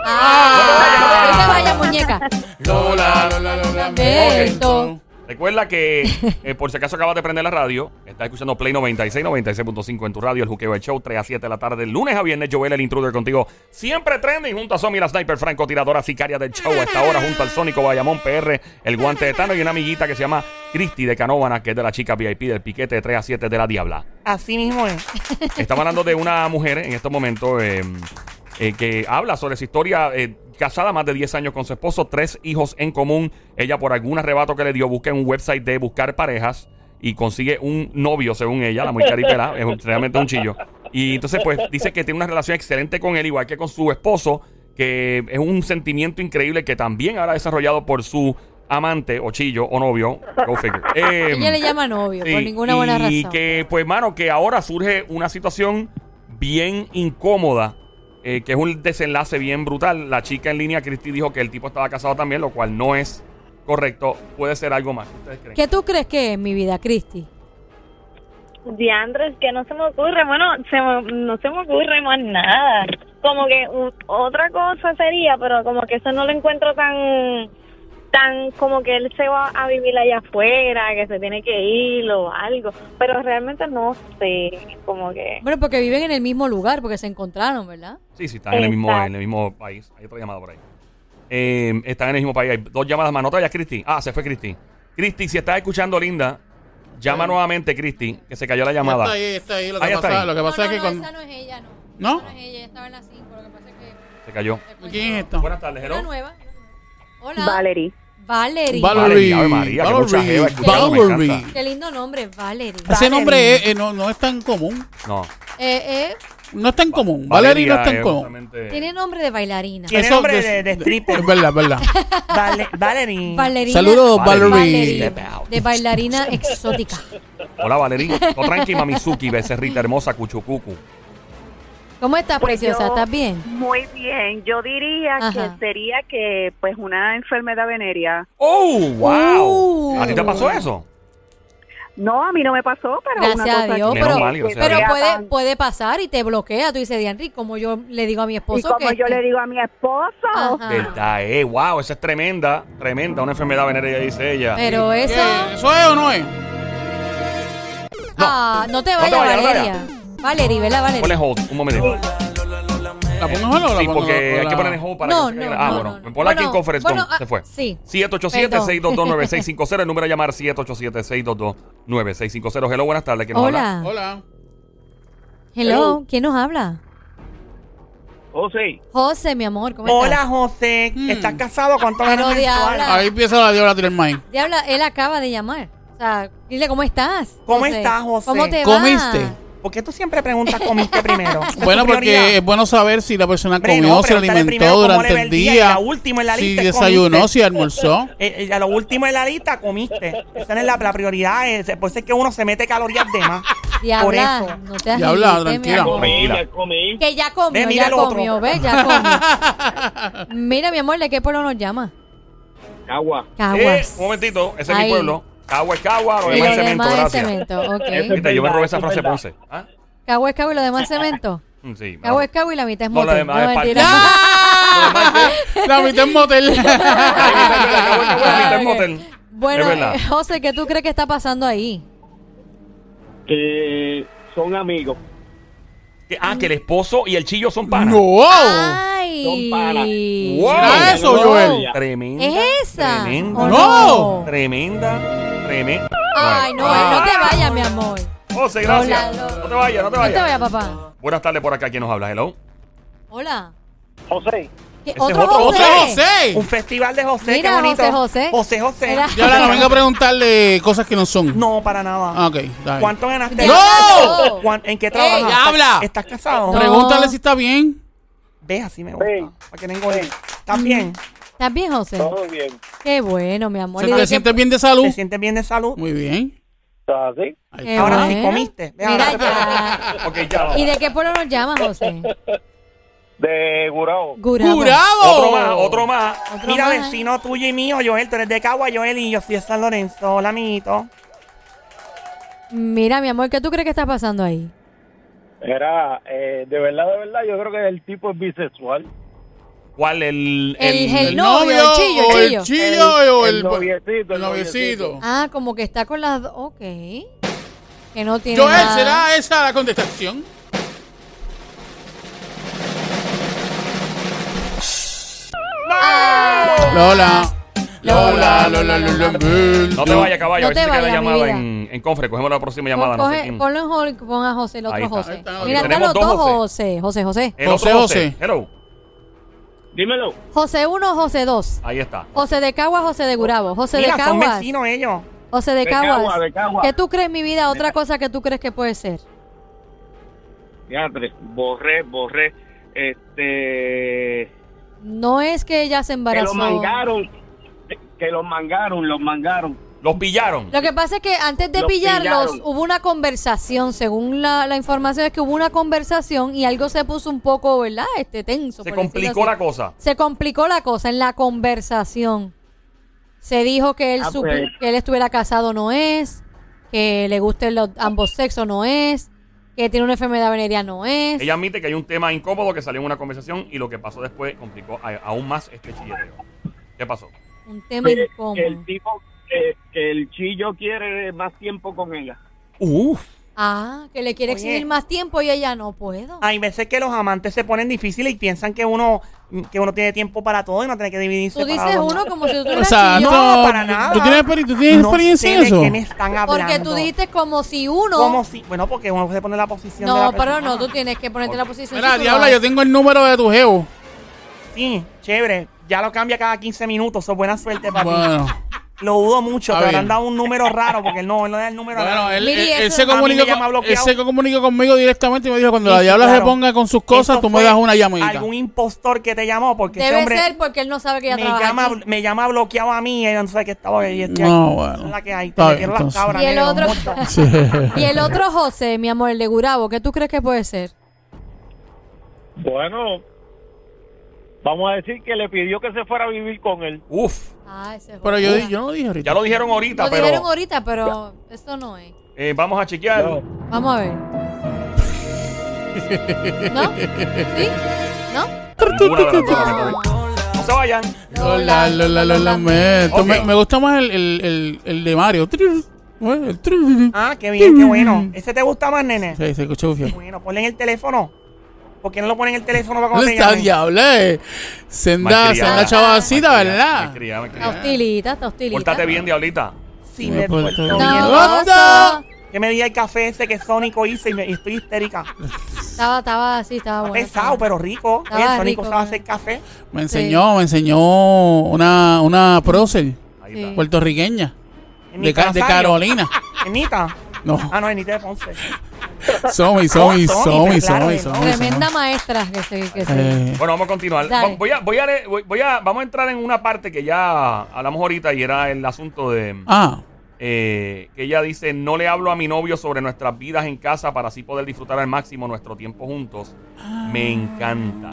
Ah, no te vayas, muñeca. Lola, Lamento. Recuerda que, eh, por si acaso acabas de prender la radio, estás escuchando Play 96, 96.5 en tu radio, el Juqueo del Show, 3 a 7 de la tarde, lunes a viernes, Joel, el intruder contigo, siempre trending, junto a Somi, la sniper francotiradora sicaria del show, a esta hora, junto al Sónico Bayamón PR, el guante de Tano y una amiguita que se llama Cristi de Canóvana, que es de la chica VIP del piquete de 3 a 7 de la Diabla. Así mismo es. Estamos hablando de una mujer en este momento eh, eh, que habla sobre su historia eh, casada más de 10 años con su esposo, tres hijos en común. Ella por algún arrebato que le dio busca en un website de buscar parejas y consigue un novio, según ella, la muy caripela, es realmente un chillo. Y entonces pues dice que tiene una relación excelente con él, igual que con su esposo, que es un sentimiento increíble que también ahora desarrollado por su amante o chillo o novio. Go figure. Em, Ella le llama novio, por Sí, ninguna buena razón. y que, pues, mano, que ahora surge una situación bien incómoda, eh, que es un desenlace bien brutal. La chica en línea, Cristi, dijo que el tipo estaba casado también, lo cual no es correcto. Puede ser algo más. ¿Ustedes creen? ¿Qué tú crees que es mi vida, Cristi? Diandres, que no se me ocurre, bueno, se me- no se me ocurre más nada. Como que u- otra cosa sería, pero como que eso no lo encuentro tan, tan como que él se va a vivir allá afuera, que se tiene que ir o algo, pero realmente no sé, como que... Bueno, porque viven en el mismo lugar, porque se encontraron, ¿verdad? Sí, sí, están en el, mismo, Exacto. en el mismo país. Hay otra llamada por ahí. Eh, están en el mismo país. Hay dos llamadas más. No te vayas, Cristi. Ah, se fue Cristi. Cristi, si estás escuchando, linda, Llama nuevamente, Cristi, que se cayó la Ya llamada. Está ahí, está ahí. Lo Ahí que está pasa, ahí. Lo que no, pasa es que no, cuando- esa no es ella, no. ¿No? Esa no es ella, ella estaba en la 5, lo que pasa es que... Se cayó. después ¿Quién no- es esta? Buenas tardes, Una hello. nueva. Hola. Valerie. Valerie, Valerie. Valerie. Ave María, qué mucha Valerie. jeva escuchando, me Valerie. encanta. Qué lindo nombre, Valerie. Ese nombre es- eh, no, no es tan común. No. Eh, eh, No es tan común. Valerie no es tan es común. justamente- tiene nombre de bailarina. Tiene nombre de- de stripper. Es verdad, es verdad. Vale, Valerie. Bailarina- Saludos, Valerie. Valerie, Step out. de bailarina exótica. Hola, Valerie. Todo tranqui, Mamizuki, becerrita hermosa, cuchucucu. ¿Cómo estás, Pues preciosa? yo- ¿Estás bien? Muy bien, yo diría Ajá. que sería que pues una enfermedad venérea. ¡Oh, wow! Uh. ¿A ti te pasó eso? No, a mí no me pasó, pero Gracias una a cosa Dios, que- Menos pero, mal, gracias a pero Dios. puede, puede pasar y te bloquea. Tú dices, Dianri, como yo le digo a mi Y esposo como que... yo le digo a mi esposo, Ajá. ¿Verdad? Eh, wow, esa es tremenda, tremenda. Una enfermedad venérea, dice ella. Pero ¿Qué? eso... ¿Eso es o no es? Ah, no te No te vayas, vayas, no te Valeria. Valeria, ¿verdad, Ponle Valeria? hold, un momentito. ¿La ponemos ahora o la Sí, pongo porque ahora? hay que poner en hold para No, que se caiga no, la- Ah, no, bueno. no, no. Ponla aquí en Bueno, conference bueno, call. Se ah, fue. sí. 787-622-9650. El número a llamar 787-622-9650. Hello, buenas tardes. ¿Quién nos habla? Hola. Hola. Hello. ¿Quién nos habla? José, José, mi amor, ¿cómo Hola, estás? José. Mm. ¿Estás casado? ¿Cuántos Pero años diabla. mensuales? Ahí empieza la diabla a tirar maíz. Diabla, él acaba de llamar. O sea, dile cómo estás. ¿Cómo estás, José? ¿Cómo te va? ¿Comiste? ¿Por qué tú siempre preguntas comiste primero? Esa es tu Bueno, porque eh, prioridad. es bueno saber si la persona Hombre, no, comió, se pregúntale primero alimentó cómo durante le va el el día y día, la última en la si lista es desayunó, comiste. si almorzó. Eh, eh, a lo último de la lista comiste. Esa no es la, la prioridad. Es, por eso es que uno se mete calorías de más. Diabla, Ah, Por eso. no te agilites, Diabla, mi tranquila. amor. comí, Tranquila. ya comí. Que ya comió, Ve, mira ya el otro. comió, ve, ya comió. Mira, mi amor, ¿de qué pueblo nos llama? Agua. Eh, Caguas. un momentito. Ese es mi Ahí. pueblo. Cagua es Cagua, lo Y demás es lo cemento. demás es Gracias. cemento, ok. Eso es Viste, yo me verdad, robé esa eso frase es Ponce. ¿Ah? Caguas, caguas y lo demás es cemento. Mm, Sí. me la Caguas robé. es caguas y la mitad es No, motel. la demás es mentira. La mitad en motel. La mitad es Ok. motel. Bueno, Es verdad. eh, José, ¿qué tú crees que está pasando ahí? Que son amigos. Que- Ah, que el esposo y el chillo son panas. ¡No! ¡Ay! Son panas. Mira eso, Wow. Joel. Tremenda. ¿Es esa? Tremenda. ¿O No. Tremenda. Tremenda. Ay, no, eh, no te vayas, mi amor. José, gracias. Hola, lo- No te vayas, no te No te vayas. vayas, papá. Buenas tardes por acá. ¿Quién nos habla? Hello. Hola. José, ¿Qué- Ese es otro ¡José, José! Un festival de José, Mira, qué bonito. José, José. José, José. Mira. Y ahora no venga a preguntarle cosas que no son. No, para nada. Ah, ok, está bien. ¿Cuánto ganaste? Te- ¡No! ¿Cuán- ¿En qué Ey, trabajas? habla. ¿Estás casado? No. Pregúntale si está bien. Ve, así me Ey. gusta. Para que tengo ¿Estás bien? ¿Estás bien, José? todo bien. Qué bueno, mi amor. ¿Se Y de te que- sientes bien de salud? ¿Te sientes bien de salud? Muy bien. ¿Estás así? Ahí qué está. Ahora sí bueno. comiste. Ve, ahora Mira sí ya. Ok, ya. ¿Y de qué pueblo nos llama, José? De Gurao. Gurabo. ¡Curado! Otro más, otro más. Otro Mira, más. vecino tuyo y mío, Joel, tú eres de Cagua, Joel, y yo soy de San Lorenzo. Hola, amiguito. Mira, mi amor, ¿qué tú crees que está pasando ahí? Era, eh, de verdad, de verdad, yo creo que el tipo es bisexual. ¿Cuál? El. El- el novio, el chillo, el o chillo. el chillo o El- el, el noviecito, el el noviecito. Ah, como que está con las... do- Ok. Que no tiene Joel, nada. ¿será esa la contestación? Lola. Lola, Lola, Lola, Lola. No te vayas, caballo. No a ver si te queda te la vayas, mi llamada vida. en, en confre. Cogemos la próxima Pon- llamada. no sé coge- quién. ponlo en hold, pon a José, el Ahí otro está. José. Ahí está, Mira, ok. están Tenemos los dos dos José. José, José. El otro José, José. José. Hello. Dímelo. José 1, José 2. Ahí está. José de Caguas, José de Gurabo. José Mira, de son Caguas. vecinos ellos. José de De Cagua, Caguas. de Cagua. ¿Qué tú crees, mi vida? Otra cosa que tú crees que puede ser. Diantre, borré, borré. Este. No es que ella se Que embarazó. los mangaron. Que los mangaron, los mangaron. Los pillaron. Lo que pasa es que antes de Los pillarlos pillaron. hubo una conversación, según la, la información es que hubo una conversación y algo se puso un poco, ¿verdad? Este tenso. Se por decirlo complicó así. la cosa. Se complicó la cosa en la conversación. Se dijo que él, Ah, supi- pues. que él estuviera casado no es, que le gusten los, ambos sexos no es, que tiene una enfermedad venérea no es. Ella admite que hay un tema incómodo que salió en una conversación y lo que pasó después complicó a- aún más este chilleteo. ¿Qué pasó? Un tema Que- incómodo. eh, que el tipo. Que, que el chillo quiere más tiempo con ella. Uf. Ah, que le quiere Oye. Ah, exigir más tiempo y ella no puedo. Hay veces que los amantes se ponen difíciles y piensan que uno que uno tiene tiempo para todo y no tiene que dividirse. Tú para dices dos. uno como si tú O tuvieras sea, chillón, no, no, para nada. ¿Tú tienes, experi- tú tienes No experiencia sé en de eso? qué me están hablando. Porque tú dijiste como si uno. Como si, bueno, porque uno se pone en la posición de la no, pero persona. no, tú tienes que ponerte en la posición. si Mira, tú diabla, lo yo tengo el número de tu geo. Sí, chévere. Ya lo cambia cada 15 minutos. Eso es buena suerte para Bueno, ti. Lo dudo mucho. Está te bien. habrán dado un número raro porque él no, él no da el número bueno eh, raro. él, Miri, él- él eso- se A mí me comunicó llama con- él bloqueado. se comunicó conmigo directamente y me dijo, cuando Sí, la sí, diabla se claro. ponga con sus cosas, Eso tú me fue das una llamadita. Algún impostor que te llamó porque ese Debe hombre ser porque él no sabe que ella me trabaja llama, aquí. me llama bloqueado a mí. Y yo no sé qué estaba ahí. estoy No, aquí. bueno. Es La que hay. Te Está bien, metieron las entonces. cabras. Y el nene, los otro. monstruos. Sí. Y el otro José, mi amor, el de Gurabo, ¿qué tú crees que puede ser? Bueno, vamos a decir que le pidió que se fuera a vivir con él. Uf, Ah, ese Pero yo, José. di- yo no dije ahorita. ya lo dijeron ahorita, Lo pero dijeron ahorita, pero esto no es. eh, vamos a chequearlo. Vamos a ver. ¿No? ¿Sí? ¿no? Ninguna de las dos No. lamentablemente. No se vayan. Lola, Lola, Lola, lamento. Ok. Me, me gusta más el, el, el, el de Mario. Bueno, el tri- Ah, qué bien, qué bueno. ¿Ese te gusta más, nene? Sí, se escuchó bufio. Bueno, ponle en el teléfono. ¿Por qué no lo ponen en el teléfono para cuando ¿Dónde te está llamen? diabla? eh? Senda, Malcriada. Ah, senda chavacita, ¿verdad? Malcriada, malcriada. Está hostilita, está hostilita. Pórtate bien, diablita. Sí, Me me porto porto bien. bien. No, no. Que me diga el café ese que Sónico hizo y, me- y estoy histérica. Estaba, estaba así, estaba Ah, bueno. Pesado, pero rico. Estaba Oye, Sónico rico, sabe eh. hacer café. Me enseñó, me enseñó una, una prócer Ahí Sí. está. puertorriqueña En Ah, de, Ca- de Carolina. Enita. No, Ah, no, Enita de Ponce. Somi, Somi, Somi, Somi, claro, Somi, no. Somi. Tremenda maestra que se... Que se- Eh, Bueno, vamos a continuar. Dale. Va- Voy a, voy a, leer- voy- voy a- vamos a entrar en una parte que ya hablamos ahorita y era el asunto de Ah, eh, que ella dice no le hablo a mi novio sobre nuestras vidas en casa para así poder disfrutar al máximo nuestro tiempo juntos. Ah. Me encanta.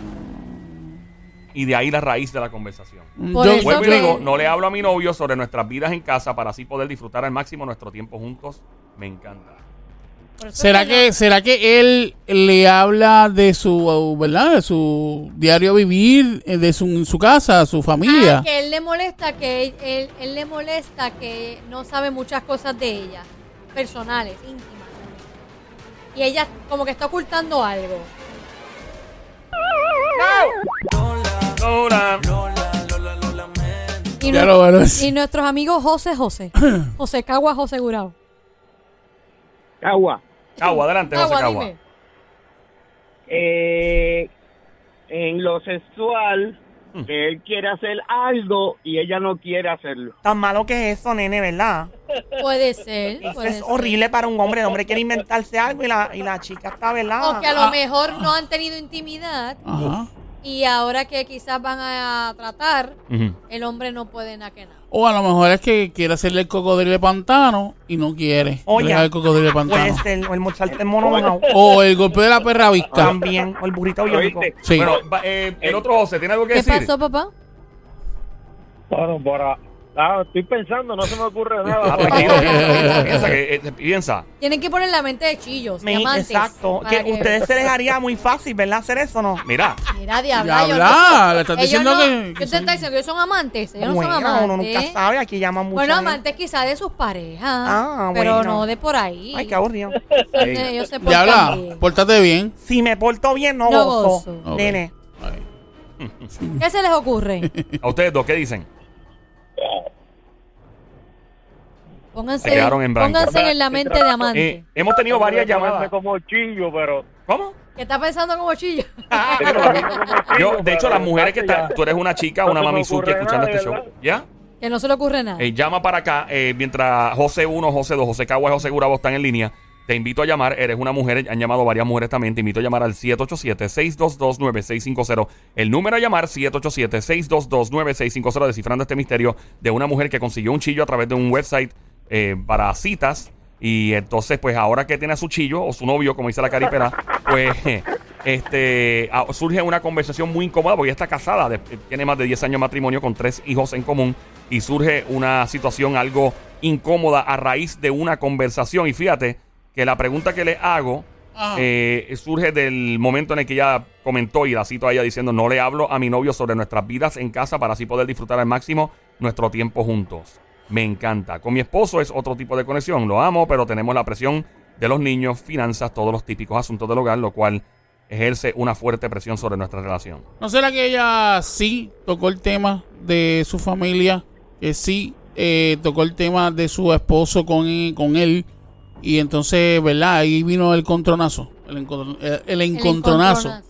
Y de ahí la raíz de la conversación. Por yo, eso Vuelvo y que- digo, no le hablo a mi novio sobre nuestras vidas en casa para así poder disfrutar al máximo nuestro tiempo juntos. Me encanta. por eso ¿Será no- que, ¿Será que él le habla de su, ¿verdad? De su diario vivir, eh, de su, su casa, su familia? Ah, que él le molesta que él, él- él le molesta que no sabe muchas cosas de ella, personales, íntimas. Y ella como que está ocultando algo. Hola. Y, Ya nue- lo bueno es- y nuestros amigos José José, José Cagua, José Gurao. Agua. Cagua, adelante, José Cagua, Cagua. dime. eh, en lo sexual, Mm. que él quiere hacer algo y ella no quiere hacerlo. Tan malo que es eso, nene, ¿verdad? Puede ser, Eso puede es ser. horrible para un hombre. El hombre quiere inventarse algo y la, y la chica está, ¿verdad? O que a lo mejor no han tenido intimidad Ajá. y ahora que quizás van a tratar, Ujú. el hombre no puede nada que nada. O a lo mejor es que quiere hacerle el cocodrilo de pantano y no quiere. Oye. Le deja el cocodrilo de Puede pantano. ser, o el mocharte el mono mojado. O el golpe de la perra vista. También, o el burrito biónico. ¿Oíste? Sí. Bueno, va- eh, el otro José, ¿tiene algo que ¿Qué decir? pasó, papá? Bueno, para, ah, estoy pensando, no se me ocurre Ah, nada. tranquilo, tranquilo, piensa, que, eh, piensa. Tienen que poner la mente de chillos, Me- diamantes. exacto. para Que ustedes se les haría muy fácil, ¿verdad? Hacer eso, ¿no? Mira, Mira, Ya diabla. yo habla, no- le estás ellos diciendo no- que- que Yo te estoy son- diciendo que ellos son amantes. Ellos no son Bueno, amantes. uno nunca sabe. Aquí llama mucho. Bueno, a- amantes quizás de sus parejas. Ah, Pero bueno. no de por ahí. Ay, qué aburrido. Son- Ey. ellos se portan Diabla, bien. pórtate bien. Si me porto bien, no, No gozo. gozo. Ok. Nene. ¿Qué se les ocurre? a ustedes dos, ¿qué dicen? Pónganse, Se quedaron en blanco. pónganse en la mente de amante. Eh, hemos tenido varias llamadas. como chillo, pero... ¿Cómo? ¿Qué está pensando como chillo? Yo, de hecho, las mujeres que están, tú eres una chica, una No se me mamizuki ocurre escuchando nada, este show, ¿verdad? ¿ya? que no se le ocurre nada. Eh, llama para acá, eh, mientras José 1, José 2, José Cagua y José Gurabo están en línea. Te invito a llamar, eres una mujer, han llamado varias mujeres también. Te invito a llamar al 787-622-9650. El número a llamar, 787-622-9650, descifrando este misterio de una mujer que consiguió un chillo a través de un website eh, para citas. Y entonces, pues ahora que tiene a su chillo o su novio, como dice la caripera, pues este ah, surge una conversación muy incómoda porque ella está casada, de- tiene más de 10 años de matrimonio con tres hijos en común y surge una situación algo incómoda a raíz de una conversación. Y fíjate que la pregunta que le hago Ajá. eh, surge del momento en el que ella comentó y la cito a ella diciendo, no le hablo a mi novio sobre nuestras vidas en casa para así poder disfrutar al máximo nuestro tiempo juntos. Me encanta. Con mi esposo es otro tipo de conexión. Lo amo, pero tenemos la presión de los niños, finanzas, todos los típicos asuntos del hogar, lo cual ejerce una fuerte presión sobre nuestra relación. ¿No será que ella sí tocó el tema de su familia? Que sí eh, tocó el tema de su esposo con, con él. Y entonces, ¿verdad? Ahí vino el contronazo. El, encontro- el- el El encontronazo.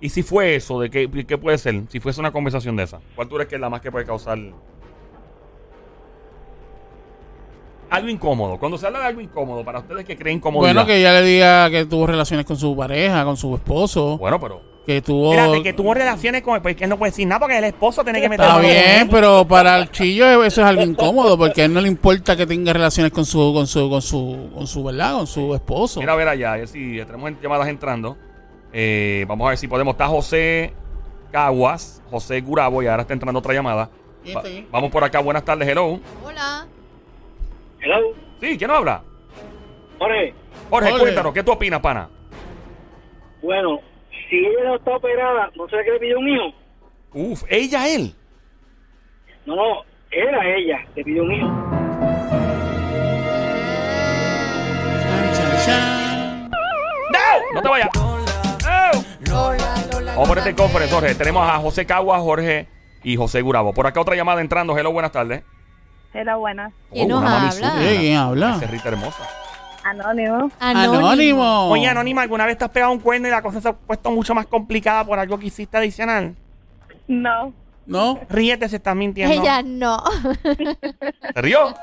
¿Y si fue eso? ¿De qué, qué puede ser? Si fuese una conversación de esa. ¿Cuál tú crees que es la más que puede causar? Algo incómodo. Cuando se habla de algo incómodo, para ustedes que creen incomodidad. Bueno, que ella le diga que tuvo relaciones con su pareja, con su esposo. Bueno, pero... Que tuvo. Espérate, que tuvo relaciones con él, pues que él no puede decir nada porque el esposo tiene que meter Oh. Está la mano en él. bien, pues. pero para el chillo e, eso es algo incómodo porque a él no le importa que tenga relaciones con su con su con su con su verdad, con su esposo. Mira, a ver allá. a ver Si tenemos en- llamadas entrando. Eh, vamos a ver si podemos. Está José Caguas, José Gurabo, y ahora está entrando otra llamada. ¿Quién Va- está ahí? vamos por acá. Buenas tardes. Hello. Hola. Hello, Sí, ¿quién nos habla? Jorge. Jorge, Jorge. cuéntanos. ¿Qué tú opinas, pana? Bueno, si ella no está operada, ¿no será que le pidió un hijo? Uf, ella, él. No, no, era ella, le pidió un hijo. Chan, chan, chan. ¡No! ¡No te vayas! ¡Oh! Vamos por este conference, Jorge. Tenemos a José Caguas, Jorge y José Gurabo. Por acá otra llamada entrando. Hello, buenas tardes. Oh, Era buena. ¿Quién nos una mami habla? suya. Oye, ¿quién habla? Esa Rita hermosa. Anónimo. Anónimo. Anónimo. Oye, Anónima, ¿alguna vez te has pegado un cuerno y la cosa se ha puesto mucho más complicada por algo que hiciste adicional? No. ¿No? Ríete si estás mintiendo. Ella no. ¿Se rió?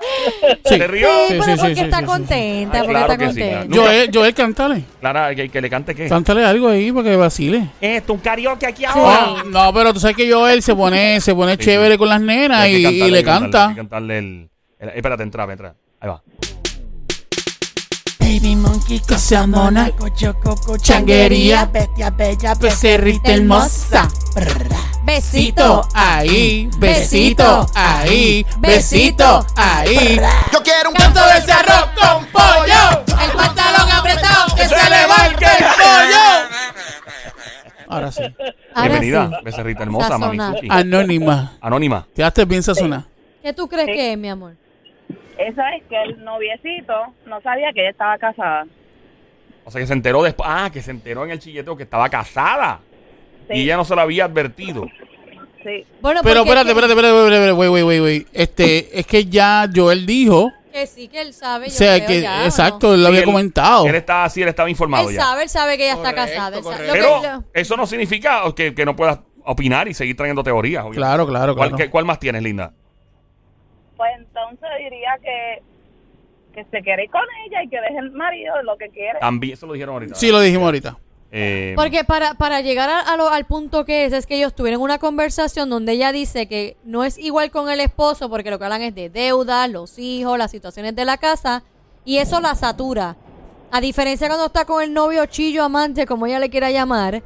Sí. ¿Se rió? Sí, pero sí, porque sí, está sí, sí. contenta, Ah, porque claro está que sí, claro. contenta. Joel, Joel, cántale. Clara, que, que le cante qué. Cántale algo ahí para que vacile. Esto, un karaoke aquí ahora. Oh, no, pero tú sabes que Joel se pone se pone Sí, chévere sí. con las nenas Hay que y, y cantarle, le hay que cantarle, hay canta. que cantarle el, el- Espérate, entra, entra. Ahí va. Baby monkey, cosa mona, changuería, bestia bella, becerrita hermosa. Besito. ahí, besito ahí, besito ahí. Yo quiero un Canto de ese arroz con pollo. El pantalón apretado. Que se le marque el pollo. Ahora sí. Ahora Bienvenida, sí. becerrita hermosa, mami Sazonada. sushi. Anónima. Anónima. Te haste bien sazonada. ¿Qué tú crees que es, mi amor? Eso es que el noviecito no sabía que ella estaba casada. O sea, que se enteró después. Ah, que se enteró en el chilleteo que estaba casada. Y ella no se lo había advertido. Sí. Bueno, Pero porque espérate, que- espérate, espérate, espérate, espérate, wait, wait, wait, wait. Este, es que ya Joel dijo, Que sí, que él sabe. o yo sea, creo que, ya, ¿o no? exacto, él lo había Él- comentado. Él estaba así, él estaba informado Él ya. sabe, él sabe que ella está Correcto, casada. él sabe- lo Pero que- lo- eso no significa que, que no puedas opinar y seguir trayendo teorías. obviamente. Claro, claro, ¿Cuál, claro. qué- cuál más tienes, linda? Pues entonces diría que, que se quiere ir con ella y que deje el marido lo que quiere. También, eso lo dijeron ahorita. Sí, lo dijimos ahorita. Eh, Porque para, para llegar a- a lo- al punto que es, es que ellos tuvieron una conversación donde ella dice que no es igual con el esposo porque lo que hablan es de deudas, los hijos, las situaciones de la casa y eso la satura. A diferencia cuando está con el novio chillo, amante, como ella le quiera llamar,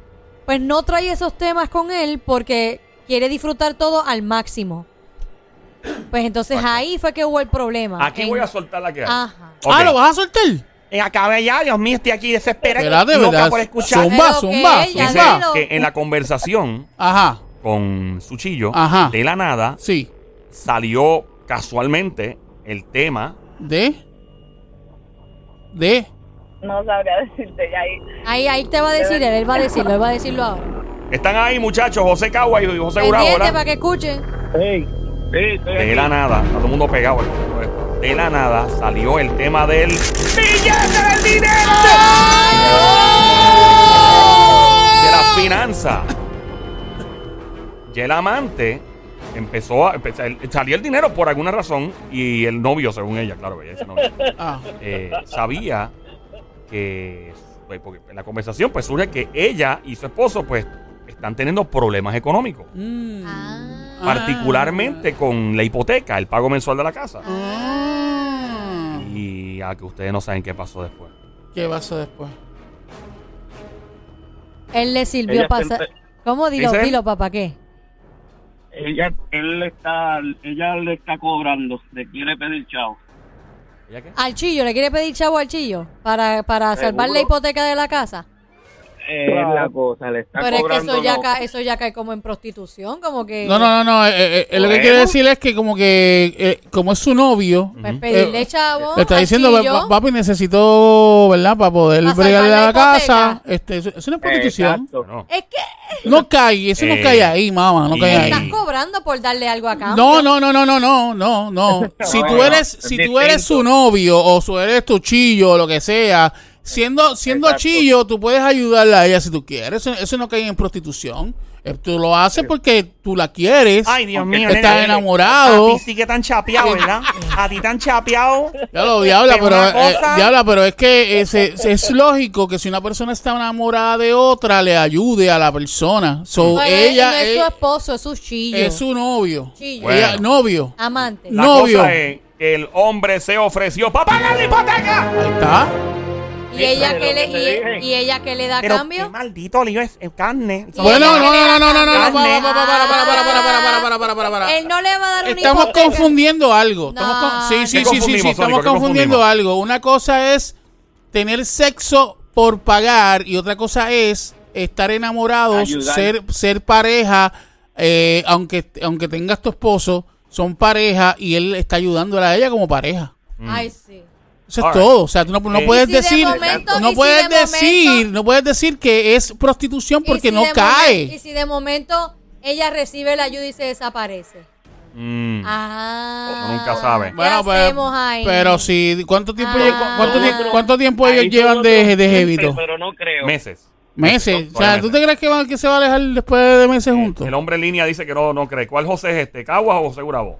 pues no trae esos temas con él porque quiere disfrutar todo al máximo. Pues entonces ahí fue que hubo el problema. Aquí En- voy a soltar la que hay. Ajá. Ok. Ah, ¿lo vas a soltar? Eh, acabe ya, Dios mío, estoy aquí desesperada. Espérate, loca ¿verdad? por escuchar. Zumba, Pero zumba, que ella Dice zumba. dilo. que en la conversación Ajá, con Suchillo, Ajá. de la nada, sí. salió casualmente el tema De. De. No sabría decirte ya ahí. Ahí, ahí te va a decir él, él va a decirlo, él va a decirlo ahora. Están ahí, muchachos, José Cagua y José Urabo, Pendiente para ¿verdad? que escuchen. Hey, hey, estoy De la nada, está todo el mundo pegado. aquí. De la nada salió el tema del ¡Billete del dinero! de las finanzas. Y el amante empezó a. empezó- el- salió el dinero por alguna razón y el novio, según ella, claro, ella dice novio, Ah, eh, sabía que. pues, porque en la conversación pues surge que ella y su esposo pues están teniendo problemas económicos. mm. Ah. Particularmente con la hipoteca, el pago mensual de la casa. Ah. Y a que ustedes no saben qué pasó después. ¿Qué pasó después? Él le sirvió Ella pasar. siempre- ¿Cómo dilo, ¿Dice? dilo, papá? ¿Qué? Ella, él le está, ella le está cobrando, le quiere pedir chao. ¿Ella qué? Al chillo, le quiere pedir chavo al chillo para, para salvar la hipoteca de la casa. es la cosa, le está Pero es que cobrando. eso ya, no. cae, eso ya cae como en prostitución, como que... No, no, no, no. eh, eh, eh, lo que Bueno. quiero decir es que como que eh, como es su novio, Pues pedirle Eh, chavo. le está diciendo, al tío. "Pa- papi, necesito, ¿verdad? Para poder Pa' bregarle salvar la a la casa. Este, eso, eso no es prostitución. Exacto. No. Es que No cae, eso Eh, no cae ahí, mamá, no cae y- ahí. estás cobrando por darle algo a cambio. No, no, no, no, no, no, no, no. Si tú no, eres, es si tú eres distinto. su novio o su eres tu chillo o lo que sea, siendo, siendo Exacto. chillo, tú puedes ayudarla a ella si tú quieres. Eso, eso no cae en prostitución. Eh, Tú lo haces porque tú la quieres. Ay, Dios mío. Estás nena. enamorado. A ti sí que tan chapeado, ¿verdad? A ti tan chapeado. Ya lo diabla, Pero pero, una eh, cosa- diabla, pero es que eh, se- se- es lógico que si una persona está enamorada de otra, le ayude a la persona. So, Pues, ella no es, su es, esposo, es su chillo. es su novio. chillo. Bueno. Ella- novio. Amante. La No. Novio. cosa es que el hombre se ofreció para pagar la hipoteca. Ahí está. ¿Y ella que le, te y, dije. y ella que le da Pero qué cambio? maldito lío es, es carne. Y Bueno, ella no, que le no, da no, no, no, no, no, cambio. para, para, para, para, para, para, para, para, para, para, para, para. Él no le va a dar un Estamos confundiendo algo. Estamos No. con- Sí, sí, ¿Qué sí, sí, sí, confundimos, Sónico? estamos ¿Qué confundiendo confundimos? algo. Una cosa es tener sexo por pagar y otra cosa es estar enamorados, Ayudar. ser, ser pareja, eh, aunque, aunque tengas tu esposo, son pareja y él está ayudándola a ella como pareja. Ay, sí. Eso es Alright. todo. O sea, tú no, no Eh, puedes ¿Y si de decir, momento- y no si puedes de momento- decir, no puedes decir que es prostitución Y porque si no de cae. momen- y si de momento ella recibe la ayuda y se desaparece. Mm. Ah. Uno nunca sabe. ¿Qué Bueno, hacemos pero, ahí? pero sí, ¿cuánto tiempo, Ah. lle- cuánto, Yo tie- creo- cuánto tiempo Ahí ellos son llevan otros de, de siempre, jevito? Pero no creo. Meses. Meses. O sea, ¿tú Obviamente. te crees que, van- que se va a alejar después de meses juntos? El hombre en línea dice que no, no cree. ¿Cuál José es este? ¿Caguas o José Bravo?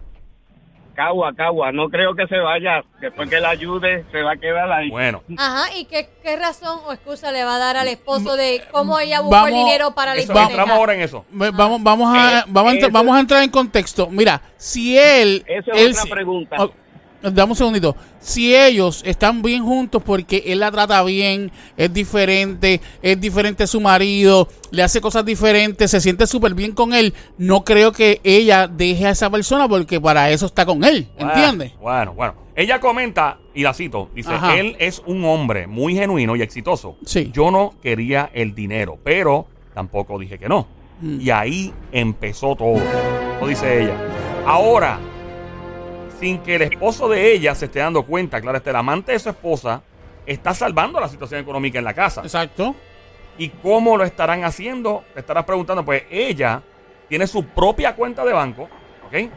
Cagua, cagua. No creo que se vaya. Después que la ayude, se va a quedar ahí. Bueno. Ajá, ¿y qué, qué razón o excusa le va a dar al esposo de cómo ella buscó el Vamos- dinero para la Eso, hipoteca? entramos ahora en eso. Ve- Vamos, vamos, a, Eh, vamos, a entrar, eso- vamos a entrar en contexto. Mira, si él... Eso es él otra si- pregunta. Oh, Dame un segundito. Si ellos están bien juntos porque él la trata bien, es diferente, es diferente a su marido, le hace cosas diferentes, se siente súper bien con él, no creo que ella deje a esa persona porque para eso está con él, ¿entiendes? Bueno, bueno. Ella comenta, y la cito, dice, Ajá. él es un hombre muy genuino y exitoso. Sí. Yo no quería el dinero, pero tampoco dije que no. Mm. Y ahí empezó todo. Lo dice ella. Ahora, sin que el esposo de ella se esté dando cuenta, claro, este, el amante de su esposa está salvando la situación económica en la casa. Exacto. ¿Y cómo lo estarán haciendo? Te estarás preguntando, pues ella tiene su propia cuenta de banco, ¿ok?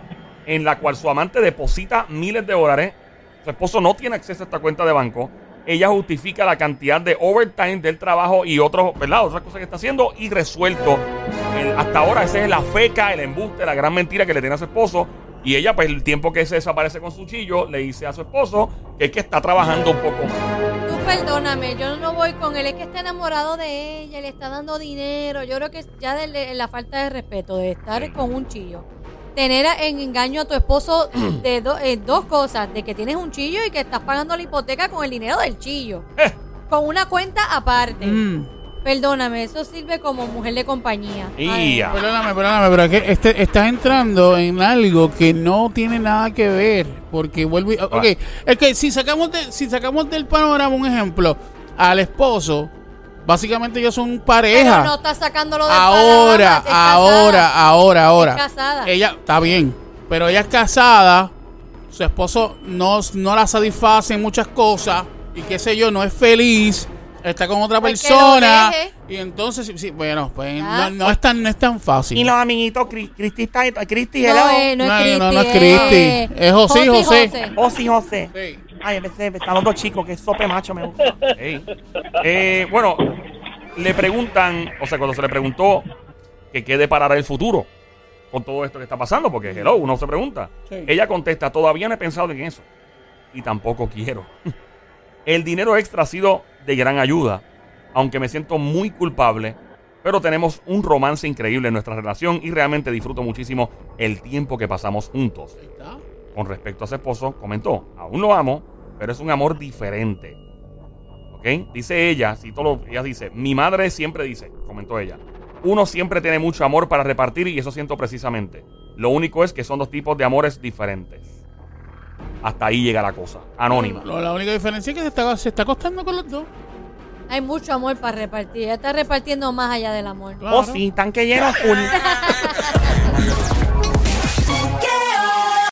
En la cual su amante deposita miles de dólares. Su esposo no tiene acceso a esta cuenta de banco. Ella justifica la cantidad de overtime del trabajo y otros, ¿verdad? Otras cosas que está haciendo y resuelto. El- hasta ahora esa es la feca, el embuste, la gran mentira que le tiene a su esposo. Y ella, pues el tiempo que se desaparece con su chillo, le dice a su esposo que es que está trabajando un poco más. Tú perdóname, yo no voy con él, es que está enamorado de ella, le está dando dinero. Yo creo que ya de le- la falta de respeto, de estar con un chillo. Tener a- en engaño a tu esposo de do- eh, dos cosas, de que tienes un chillo y que estás pagando la hipoteca con el dinero del chillo. Con una cuenta aparte. Eh. Mm. Perdóname, eso sirve como mujer de compañía. Y ya. Perdóname, perdóname, pero es que este, estás entrando en algo que no tiene nada que ver. Porque vuelvo y. Ok, es que si sacamos, de- si sacamos del panorama un ejemplo al esposo, básicamente ellos son pareja. Pero no está sacándolo de ahora, ahora, ahora, ahora. Es casada. Ella está bien, pero ella es casada. Su esposo no, no la satisface en muchas cosas y qué sé yo, no es feliz. Está con otra Pues que lo persona deje. y entonces, sí, sí, bueno, pues Ah. no, no es tan, no es tan fácil. Y los amiguitos, Cri- Cristi está... Cristi, No, hello. eh, no, No, es Cristi. no, no es eh, Cristi. Es José, José. Oh, sí, José. Sí. Ay, a veces están los dos chicos, que sope macho me gusta. Ey. Eh, bueno, le preguntan, o sea, cuando se le preguntó que qué deparará el futuro con todo esto que está pasando, porque hello, uno se pregunta. Sí. Ella contesta, todavía no he pensado en eso y tampoco quiero. El dinero extra ha sido de gran ayuda, aunque me siento muy culpable, pero tenemos un romance increíble en nuestra relación y realmente disfruto muchísimo el tiempo que pasamos juntos Ahí está. con respecto a su esposo, comentó, aún lo amo, pero es un amor diferente. ¿Ok? Dice ella, cito lo, ella dice, mi madre siempre dice, comentó ella, uno siempre tiene mucho amor para repartir y eso siento precisamente. Lo único es que son dos tipos de amores diferentes. Hasta ahí llega la cosa. Anónima. Lo- la única diferencia es que se está, se está acostando con los dos. Hay mucho amor para Oh, repartir. Ella está repartiendo más allá del amor. Oh, sí, tanque lleno full.